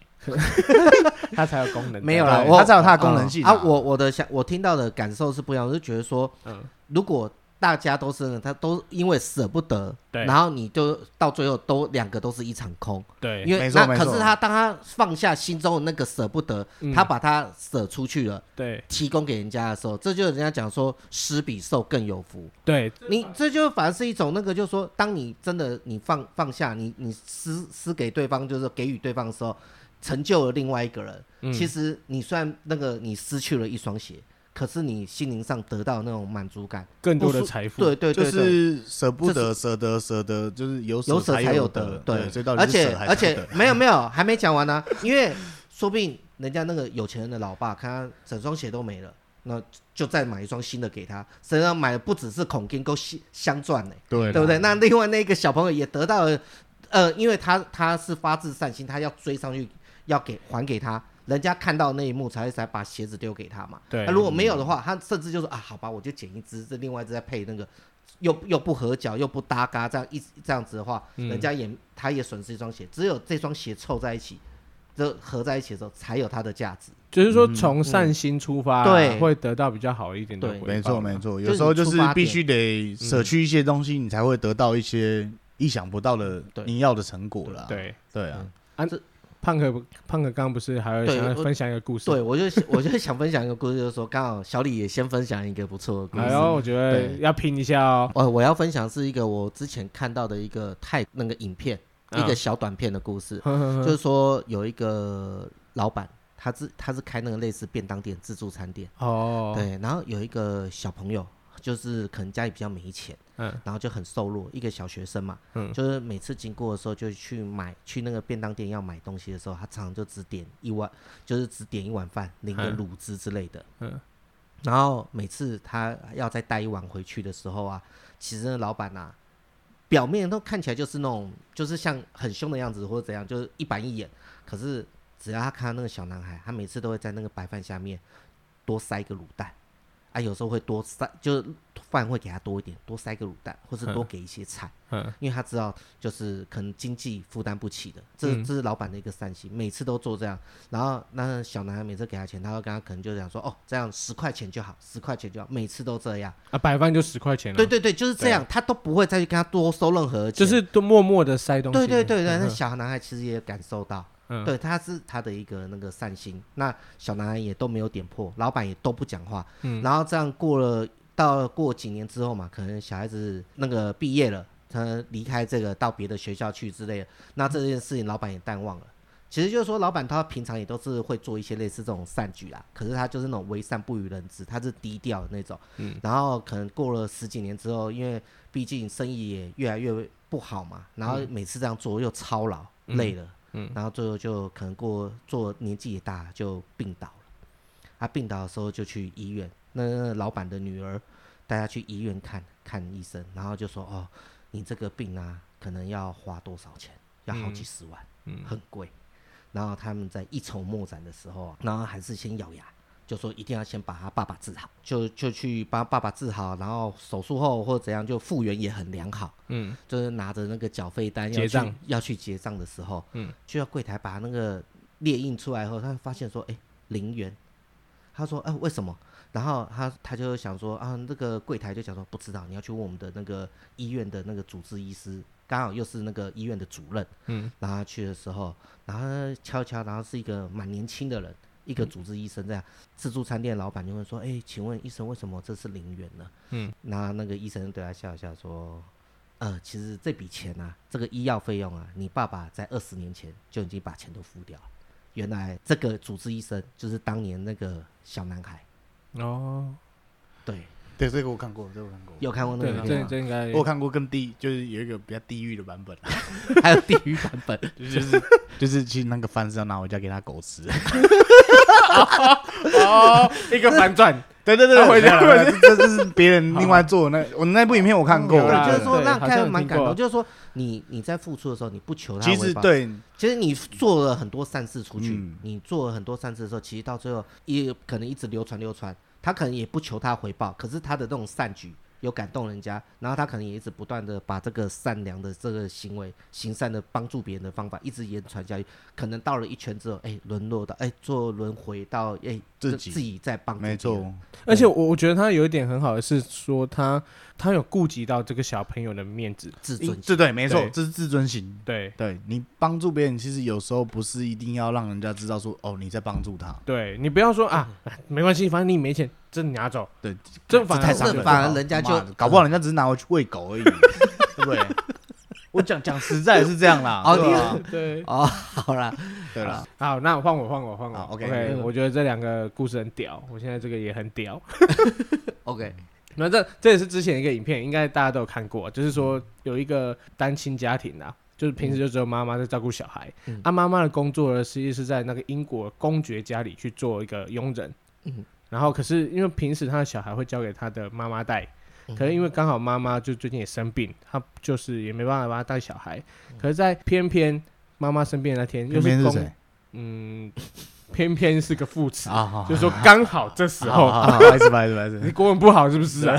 S2: 它才有功能。
S1: 没有
S3: 啦
S1: 了，
S3: 对啊
S1: 我
S3: 它才有它的功能性啊
S1: 啊。我我的想我听到的感受是不一样，我就觉得说，
S2: 嗯，
S1: 如果大家都是他都因为舍不得，
S2: 对
S1: 然后你就到最后都两个都是一场空，
S2: 对，
S1: 因为
S3: 没错
S1: 那
S3: 没
S1: 可
S3: 错
S1: 是他当他放下心中的那个舍不得，
S2: 嗯
S1: 他把它舍出去了，
S2: 对
S1: 提供给人家的时候，这就是人家讲说施比受更有福。
S2: 对
S1: 你这就反而是一种那个，就是说，当你真的你放放下，你你施施给对方，就是给予对方的时候，成就了另外一个人。
S2: 嗯
S1: 其实你虽然那个你失去了一双鞋，可是你心灵上得到那种满足感，
S2: 更多的
S1: 不是
S2: 财富。
S1: 对对
S3: 就
S1: 对对。
S3: 是舍不
S1: 这
S3: 得，舍得，舍得，就是有
S1: 有
S3: 舍
S1: 舍
S3: 才
S1: 才有
S3: 得
S1: 得，，
S3: 对，所以到底
S1: 而
S3: 是
S1: 且
S3: 舍还
S1: 而
S3: 是
S1: 且
S3: 得
S1: 没有没有还没讲完呢、因为说不定人家那个有钱人的老爸，看他整双鞋都没了，那就再买一双新的给他，身上买的不只是孔金够镶镶钻呢、
S3: 对
S1: 对不
S3: 对？
S1: 对？那另外那个小朋友也得到了，呃，因为他他是发自善心，他要追上去，要给还给他。人家看到那一幕才才把鞋子丢给他嘛。
S2: 对
S1: 那、如果没有的话，他甚至就说啊，好吧，我就捡一只，这另外一只再配那个，又又不合脚，又不搭嘎，这样一这样子的话，
S2: 嗯
S1: 人家也他也损失一双鞋。只有这双鞋凑在一起，这合在一起的时候，才有它的价值。
S2: 就是
S3: 嗯
S2: 说从善心出发，
S1: 对
S2: 会得到比较好一点的
S1: 对
S2: 回
S3: 没
S2: 报啊
S3: 错
S2: 嘛
S3: 没。
S1: 就
S3: 错，有
S1: 是
S3: 时候
S1: 你
S3: 就
S1: 出
S3: 是
S1: 发
S3: 必
S1: 点
S3: 须得舍去一些东西，你才会得到一些意想不到的
S1: 嗯对嗯
S3: 你要的成果啦。
S2: 对，
S3: 对啊，
S2: 胖哥胖哥刚刚不是还有
S1: 对
S2: 想要
S1: 我
S2: 分享一个故事？
S1: 对，我就我就想分享一个故事，就是说刚好小李也先分享一个不错的故事。
S2: 哎呦，我觉得
S1: 对
S2: 要拼一下哦。
S1: 我我要分享是一个我之前看到的一个泰那个影片，
S2: 嗯
S1: 一个小短片的故事，就
S2: 就是
S1: 说有一个老板，他自他是开那个类似便当店、自助餐店，
S2: 哦，
S1: 对，然后有一个小朋友，就是可能家里比较没钱，
S2: 嗯
S1: 然后就很瘦弱，一个小学生嘛，
S2: 嗯
S1: 就是每次经过的时候就去买去那个便当店要买东西的时候，他常常就只点一碗，就是只点一碗饭，淋个
S2: 嗯
S1: 卤汁之类的。
S2: 嗯
S1: 然后每次他要再带一碗回去的时候啊，其实那老板啊，表面都看起来就是那种就是像很凶的样子或者怎样，就是一板一眼。可是只要他看到那个小男孩，他每次都会在那个白饭下面多塞一个卤蛋。啊，有时候会多塞，就是饭会给他多一点，多塞一个卤蛋，或是多
S2: 嗯
S1: 给一些菜。
S2: 嗯
S1: 因为他知道就是可能经济负担不起的，这
S2: 嗯
S1: 这是老板的一个善心，每次都做这样。然后那小男孩每次给他钱，他会跟他可能就讲说，哦，这样十块钱就好，十块钱就好，每次都这样。
S2: 啊，白饭就十块钱了。
S1: 对对对，就是这样，他都不会再去跟他多收任何钱。
S2: 就是都默默的塞东西。
S1: 对对对对，
S2: 嗯
S1: 那小男孩其实也感受到，
S2: 嗯
S1: 对，他是他的一个那个善心。那小男孩也都没有点破，老板也都不讲话。
S2: 嗯
S1: 然后这样过了，到了过几年之后嘛，可能小孩子那个毕业了，他离开这个到别的学校去之类的，那这件事情老板也淡忘了。其实就是说，老板他平常也都是会做一些类似这种善举啦，可是他就是那种为善不与人知，他是低调的那种。
S2: 嗯，
S1: 然后可能过了十几年之后，因为毕竟生意也越来越不好嘛，然后每次这样做又操劳、
S2: 嗯
S1: 累了，
S2: 嗯
S1: 然后最后就可能过做年纪也大了就病倒了。他病倒的时候就去医院，那那老板的女儿带他去医院看看医生，然后就说：“哦，你这个病啊，可能要花多少钱？要好几十万，
S2: 嗯
S1: 很贵。”然后他们在一筹莫展的时候啊，然后还是先咬牙，就说一定要先把他爸爸治好，就就去帮爸爸治好，然后手术后或者怎样就复原也很良好。
S2: 嗯
S1: 就是拿着那个缴费单要去
S2: 结账
S1: 要去结账的时候，
S2: 嗯，
S1: 去到柜台把那个列印出来后，他发现说，哎、零元。他说，哎、为什么？然后他他就想说啊，那个柜台就讲说不知道，你要去问我们的那个医院的那个主治医师，刚好又是那个医院的主任，
S2: 嗯，
S1: 然后他去的时候，然后他敲敲，然后是一个蛮年轻的人，一个主治医生这样，自助餐店老板就问说：“哎、请问医生为什么这是零元呢？”
S2: 嗯，
S1: 那那个医生对他笑一笑说：“呃，其实这笔钱啊，这个医药费用啊，你爸爸在二十年前就已经把钱都付掉了。原来这个主治医生就是当年那个小男孩，
S2: 哦，
S1: 对，
S3: 对，这个我看过，这个我看过，
S1: 有看过那
S2: 对
S1: 个，片
S2: 这
S1: 吗？
S2: 这应该
S3: 我有看过更地，就是有一个比较地狱的 版本，
S1: 还有地狱版本，
S3: 就是 就是去那个饭是要拿回家给他狗 吃。
S2: 哦，一个反转，
S3: 对 对
S2: 他回家
S3: 没有啦没有啦这这是别人另外做的那我那部影片我看过
S2: 有
S1: 哦
S2: 啦
S1: 对，啊
S3: 了，
S1: 就是说
S2: 对
S1: 让
S2: 好
S1: 看
S2: 像
S1: 了蛮
S2: 有听
S1: 感
S2: 过
S1: 动，就是说你你在付出的时候，你不求他
S3: 其
S1: 回
S3: 实
S1: 报，
S3: 对
S1: 其实你做了很多善事出去，
S3: 嗯
S1: 你做了很多善事的时候，其实到最后也可能一直流传流传，他可能也不求他回报，可是他的那种善举有感动人家，然后他可能也一直不断的把这个善良的这个行为、行善的帮助别人的方法一直延传下去，可能到了一圈之后，哎，沦落到哎做轮回到哎
S3: 自
S1: 自
S3: 己
S1: 自己在帮助
S3: 没
S1: 别人
S3: 错，
S2: 而且我我觉得他有一点很好的是说他他有顾及到这个小朋友的面子，
S1: 自尊
S3: 这对没错
S2: 对，
S3: 这是自尊心。
S2: 对
S3: 对你帮助别人，其实有时候不是一定要让人家知道说哦你在帮助他，
S2: 对，你不要说啊，哎没关系，反正你没钱，这你拿走，
S3: 对，
S2: 这反
S1: 太
S2: 而
S1: 这
S2: 我觉
S1: 伤
S2: 得
S1: 反而人家就
S3: 妈的搞不好人家只是拿回去喂狗而已，对不对？我讲讲实在是这样 啦，
S1: 哦
S3: 对吧？
S2: 对，
S1: 哦，好啦，
S3: 对啦，
S2: 好，那我换我换我换我
S3: 好，OK，
S2: OK，
S3: 嗯
S2: 我觉得这两个故事很屌，我现在这个也很屌。
S1: OK，
S2: 那这这也是之前一个影片，应该大家都有看过，就是说有一个单亲家庭啊，就是平时就只有妈妈在照顾小孩，
S1: 嗯
S2: 啊，妈妈的工作呢，实际是在那个英国公爵家里去做一个佣人，
S1: 嗯
S2: 然后可是因为平时他的小孩会交给他的妈妈带，
S1: 嗯
S2: 可是因为刚好妈妈就最近也生病，她就是也没办法帮她带小孩，
S1: 嗯
S2: 可是，在偏偏妈妈生病的那天，又
S3: 偏偏是
S2: 公
S3: 谁？
S2: 嗯，偏偏是 个副词，
S3: 啊？好
S2: 就是说刚好这
S1: 啊
S2: 时
S3: 好
S2: 候，
S3: 好好不好意思，不好意思，不好意思
S2: 你，国文不好是不是啊？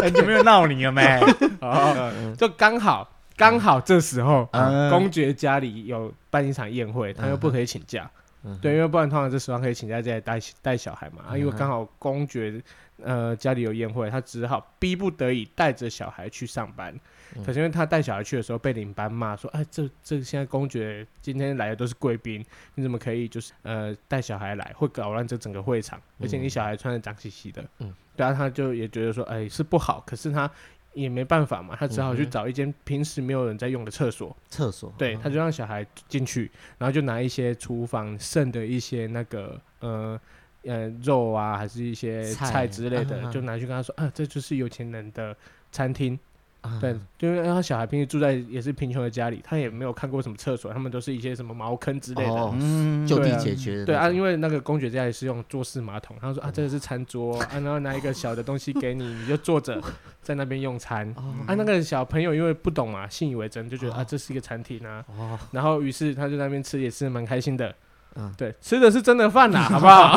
S3: 很久没有闹你了没？
S2: 哦，就刚好刚好这时候，
S3: 嗯
S2: 公爵家里有办一场宴会，他又不可以请假，
S1: 嗯
S2: 对，因为不然通常这时候可以请假在家里带带小孩嘛，啊，因为
S1: 嗯
S2: 刚好公爵呃家里有宴会，他只好逼不得已带着小孩去上班。
S1: 嗯
S2: 可是因为他带小孩去的时候被领班骂说，哎，这这现在公爵今天来的都是贵宾，你怎么可以就是呃带小孩来，会搞乱这整个会场，而且你小孩穿的脏兮兮的，
S1: 嗯，
S2: 对啊，他就也觉得说，哎，是不好，可是他也没办法嘛，他只好去
S1: 嗯哼
S2: 找一间平时没有人在用的厕所，
S1: 厕所
S2: 对，
S1: 嗯
S2: 他就让小孩进去，然后就拿一些厨房剩的一些那个呃呃肉啊，还是一些
S1: 菜
S2: 菜之类
S1: 啊啊
S2: 的，
S1: 啊
S2: 就拿去跟他说啊，这就是有钱人的餐厅。
S1: 啊
S2: 对，因为他小孩平时住在也是贫穷的家里，他也没有看过什么厕所，他们都是一些什么茅坑之类的。
S1: 哦
S3: 嗯
S1: 就
S2: 对
S1: 地
S2: 啊
S1: 解决的
S2: 对
S1: 那
S2: 啊，
S1: 种
S2: 因为那个公爵家里是用坐式马桶，他说啊，这个是餐桌啊，然后拿一个小的东西给你，你就坐着在那边用餐。
S1: 哦
S2: 啊，那个小朋友因为不懂嘛，信以为真，就觉得啊，
S1: 哦
S2: 这是一个餐厅啊，
S1: 哦，
S2: 然后于是他就在那边吃，也吃的蛮开心的。
S1: 嗯
S2: 对，吃的是真的饭呐、 好不好？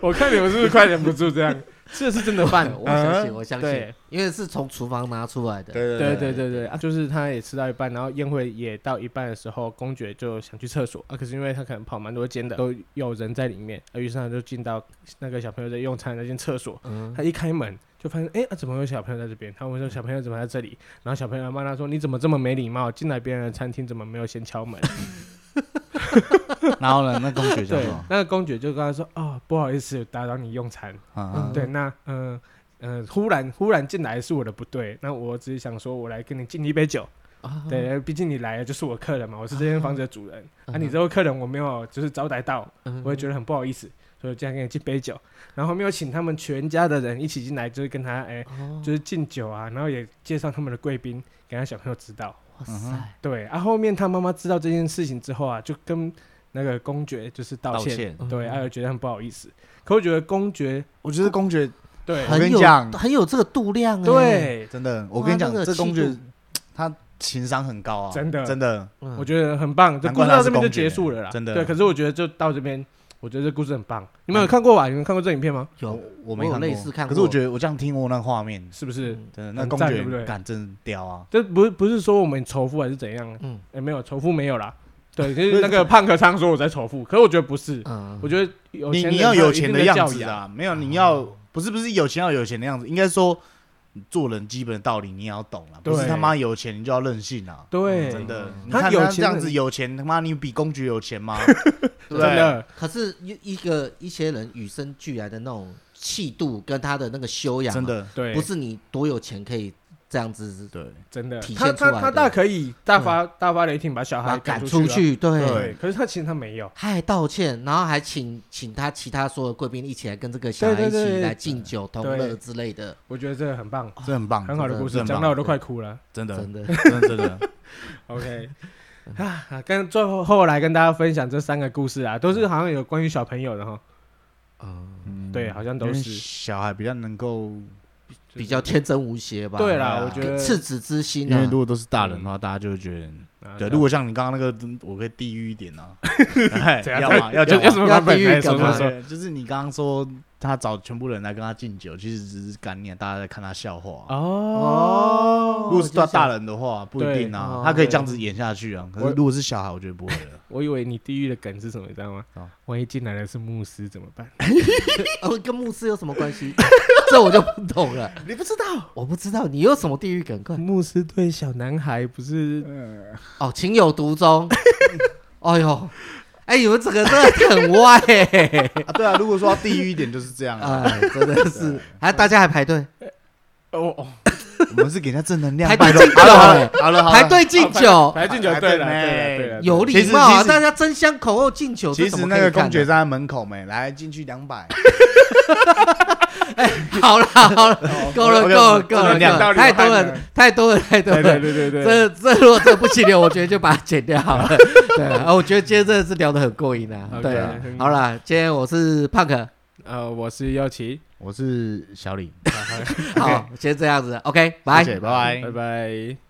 S2: 我看你们是不是快忍不住这样，吃的是真的饭。
S1: 我相信，我相信
S2: 嗯对，
S1: 因为是从厨房拿出来的。
S3: 对
S2: 对对对对，啊，就是他也吃到一半，然后宴会也到一半的时候，公爵就想去厕所啊，可是因为他可能跑蛮多间的，都有人在里面，啊，于是他就进到那个小朋友在用餐的那间厕所，
S1: 嗯，
S2: 他一开门就发现，哎、啊怎么有小朋友在这边？他问说小朋友怎么在这里？然后小朋友骂他说：“你怎么这么没礼貌？进来别人的餐厅怎么没有先敲门？”
S3: 然后呢，那公爵叫
S2: 对
S3: 什么，？
S2: 那个公爵就跟他说：“哦，不好意思，打扰你用餐。
S3: 嗯
S2: 对，那嗯嗯、呃忽然忽然进来是我的不对，那我只是想说，我来跟你敬你一杯酒。
S1: 啊
S2: 对，毕竟你来了就是我客人嘛，我是这间房子的主人。
S1: 嗯
S2: 啊，你这位客人我没有就是招待到，
S1: 嗯
S2: 我也觉得很不好意思，所以我今天跟你敬杯酒。然后后面有请他们全家的人一起进来，就是跟他哎、
S1: 哦，
S2: 就是敬酒啊，然后也介绍他们的贵宾给他小朋友知道。
S1: 哇塞，
S2: 对，啊，后面他妈妈知道这件事情之后啊，就跟那个公爵就是道
S3: 道
S2: 歉，
S3: 歉
S2: 对，
S1: 嗯
S2: 啊，又觉得很不好意思。可我觉得公爵
S3: 我觉得公爵
S2: 对
S3: 我
S1: 很
S3: 跟你
S1: 有
S3: 讲
S1: 很有这个度量哎。
S2: 对，
S3: 真的，我跟你讲
S1: 那，个
S3: 这公
S1: 气
S3: 爵
S1: 度
S3: 他情商很高啊，
S2: 真的
S3: 真的，
S1: 嗯，
S2: 我觉得很棒。这
S3: 难
S2: 故
S3: 怪
S2: 事
S3: 他
S2: 到
S3: 是
S2: 这边就
S3: 公爵
S2: 结束了啦，
S3: 真的
S2: 对，可是我觉得就到这边，我觉得这故事很棒。你们有看过吧？你们看过这影片吗？
S1: 有
S3: 我我没
S1: 有
S3: 看
S1: 类
S3: 过
S1: 似看过，
S3: 可是我觉得我这样听过那个画面，
S2: 是不是？
S1: 嗯
S3: 真的，那
S2: 很
S3: 公
S2: 赞对不
S3: 爵
S2: 对
S3: 敢真屌啊！
S2: 这不是不是说我们仇富还是怎样？
S1: 嗯
S2: 哎，没有仇富没有啦。对，就是那个胖克昌说我在仇富，可是我觉得不是，
S1: 嗯
S2: 我觉得有
S3: 你
S2: 钱
S3: 你
S2: 人
S3: 要
S2: 他有
S3: 有
S2: 一定
S3: 钱
S2: 的
S3: 样
S2: 教
S3: 子
S2: 养。
S3: 啊，没有你要不是不是有钱要有钱的样子，应该说做人基本的道理你也要懂了，
S2: 对
S3: 不是他妈有钱你就要任性啊！
S2: 对，
S3: 真的，你
S2: 他
S3: 看
S2: 有
S3: 他
S2: 钱
S3: 这样
S2: 人
S3: 子有钱，他妈你比公爵有钱吗？ 对不
S2: 真
S3: 对，
S2: 的，
S1: 可是一一个一些人与生俱来的那种气度跟他的那个修养啊，
S3: 真的，
S2: 对，
S1: 不是你多有钱可以这样子
S3: 对
S2: 真的
S1: 体，现
S2: 他
S1: 出来
S2: 他
S1: 的
S2: 他大可以大发大发雷霆把小
S1: 把他
S2: 孩
S1: 赶
S2: 出
S1: 出
S2: 啊，
S1: 去，对
S2: 对，。可是他其实他没有，
S1: 他还道歉，然后还请请他其他所有贵宾一起来跟这个小孩
S2: 对
S1: 一
S2: 对对
S1: 起来敬酒同乐
S2: 对
S1: 之类的，
S2: 我觉得这个很棒，
S3: 这很棒，
S2: 很好的故事，
S3: 哦真
S2: 讲
S3: 很
S2: 到
S3: 棒
S2: 我都快哭了。
S3: 真的，
S1: 真的。
S3: 真的真的，
S2: OK，啊，跟最后后来跟大家分享这三个故事啊，都是好像有关于小朋友的哈，
S3: 嗯
S2: 对，好像
S3: 因
S2: 都
S3: 为
S2: 是
S3: 小孩比较能够，
S1: 比较天真无邪吧？
S2: 对
S3: 对
S2: 啦，
S3: 啊
S2: 我觉得
S1: 赤子之心
S3: 因为
S1: 啊
S3: 如，果都是大人的话，
S2: 嗯
S3: 大家就会觉得，
S2: 啊
S3: 对，
S2: 这样
S3: 如果像你刚刚那个，嗯我可以地狱一点 啊，哎
S2: 怎样
S3: 要嘛要
S2: 要
S3: 讲
S2: 要什么版本？
S1: 要地狱
S2: 哎说
S1: 干
S2: 说
S1: 嘛
S2: 说，
S3: 啊对，就是你刚刚说他找全部人来跟他敬酒，其实只是干念大家在看他笑
S1: 哦
S3: 话。啊
S2: 哦，
S3: 如果是到大人的话，不一定
S1: 对
S3: 啊
S1: 哦，
S3: 他可以这样子演下去啊。可
S2: 我
S3: 是如果是小孩，我觉得不会了。
S2: 我以为你地狱的梗是什么，你知道吗
S3: 啊？
S2: 万一进来的是牧师怎么办？
S1: 呃，跟牧师有什么关系？ 这我就不懂 了。
S2: 你不知道，
S1: 我不知道你有什么地狱梗，快
S2: 牧师对小男孩不是
S1: 哦，情有独钟。 哎呦，哎，你们整个真的很歪 哎，
S3: 啊，对啊，如果说要地狱一点就是这样 啊。
S1: 哎，真的是，还大家还排队
S2: 哦哦，
S3: 我们是给人家正能量，
S1: 排队
S3: 拜托
S1: 敬酒
S3: 好了好了 好了好了，
S1: 排队敬酒，
S2: 白敬酒，对了
S3: 哎
S2: 对了对了，
S1: 有
S3: 其
S1: 礼
S3: 实
S1: 貌啊，
S3: 其实
S1: 大家争相口后敬酒，
S3: 其
S1: 这怎
S3: 实
S1: 么
S3: 那
S1: 可以
S3: 个
S1: 看
S3: 公爵
S1: 呢
S3: 站在门口没，来进去两百，
S1: 好了好了， 够了够
S3: OK，
S1: 了
S3: 我
S1: 够了，
S3: 能量
S1: 够
S2: 到
S1: 了
S2: 流
S1: 太多
S2: 汗
S1: 人
S2: 了
S1: 太多人太多
S2: 对对
S1: 人。
S2: 对 对对对
S1: 这这如果这不行的，我觉得就把它剪掉好了。对啊，我觉得今天真的是聊得很过瘾啊。
S2: OK，
S1: 对啊
S2: 很，
S1: 好啦，今天我是胖克，
S2: 呃，我是耀奇，
S3: 我是小李，
S1: 好，先这样子，OK，拜
S3: 谢谢，拜拜
S2: 拜。拜。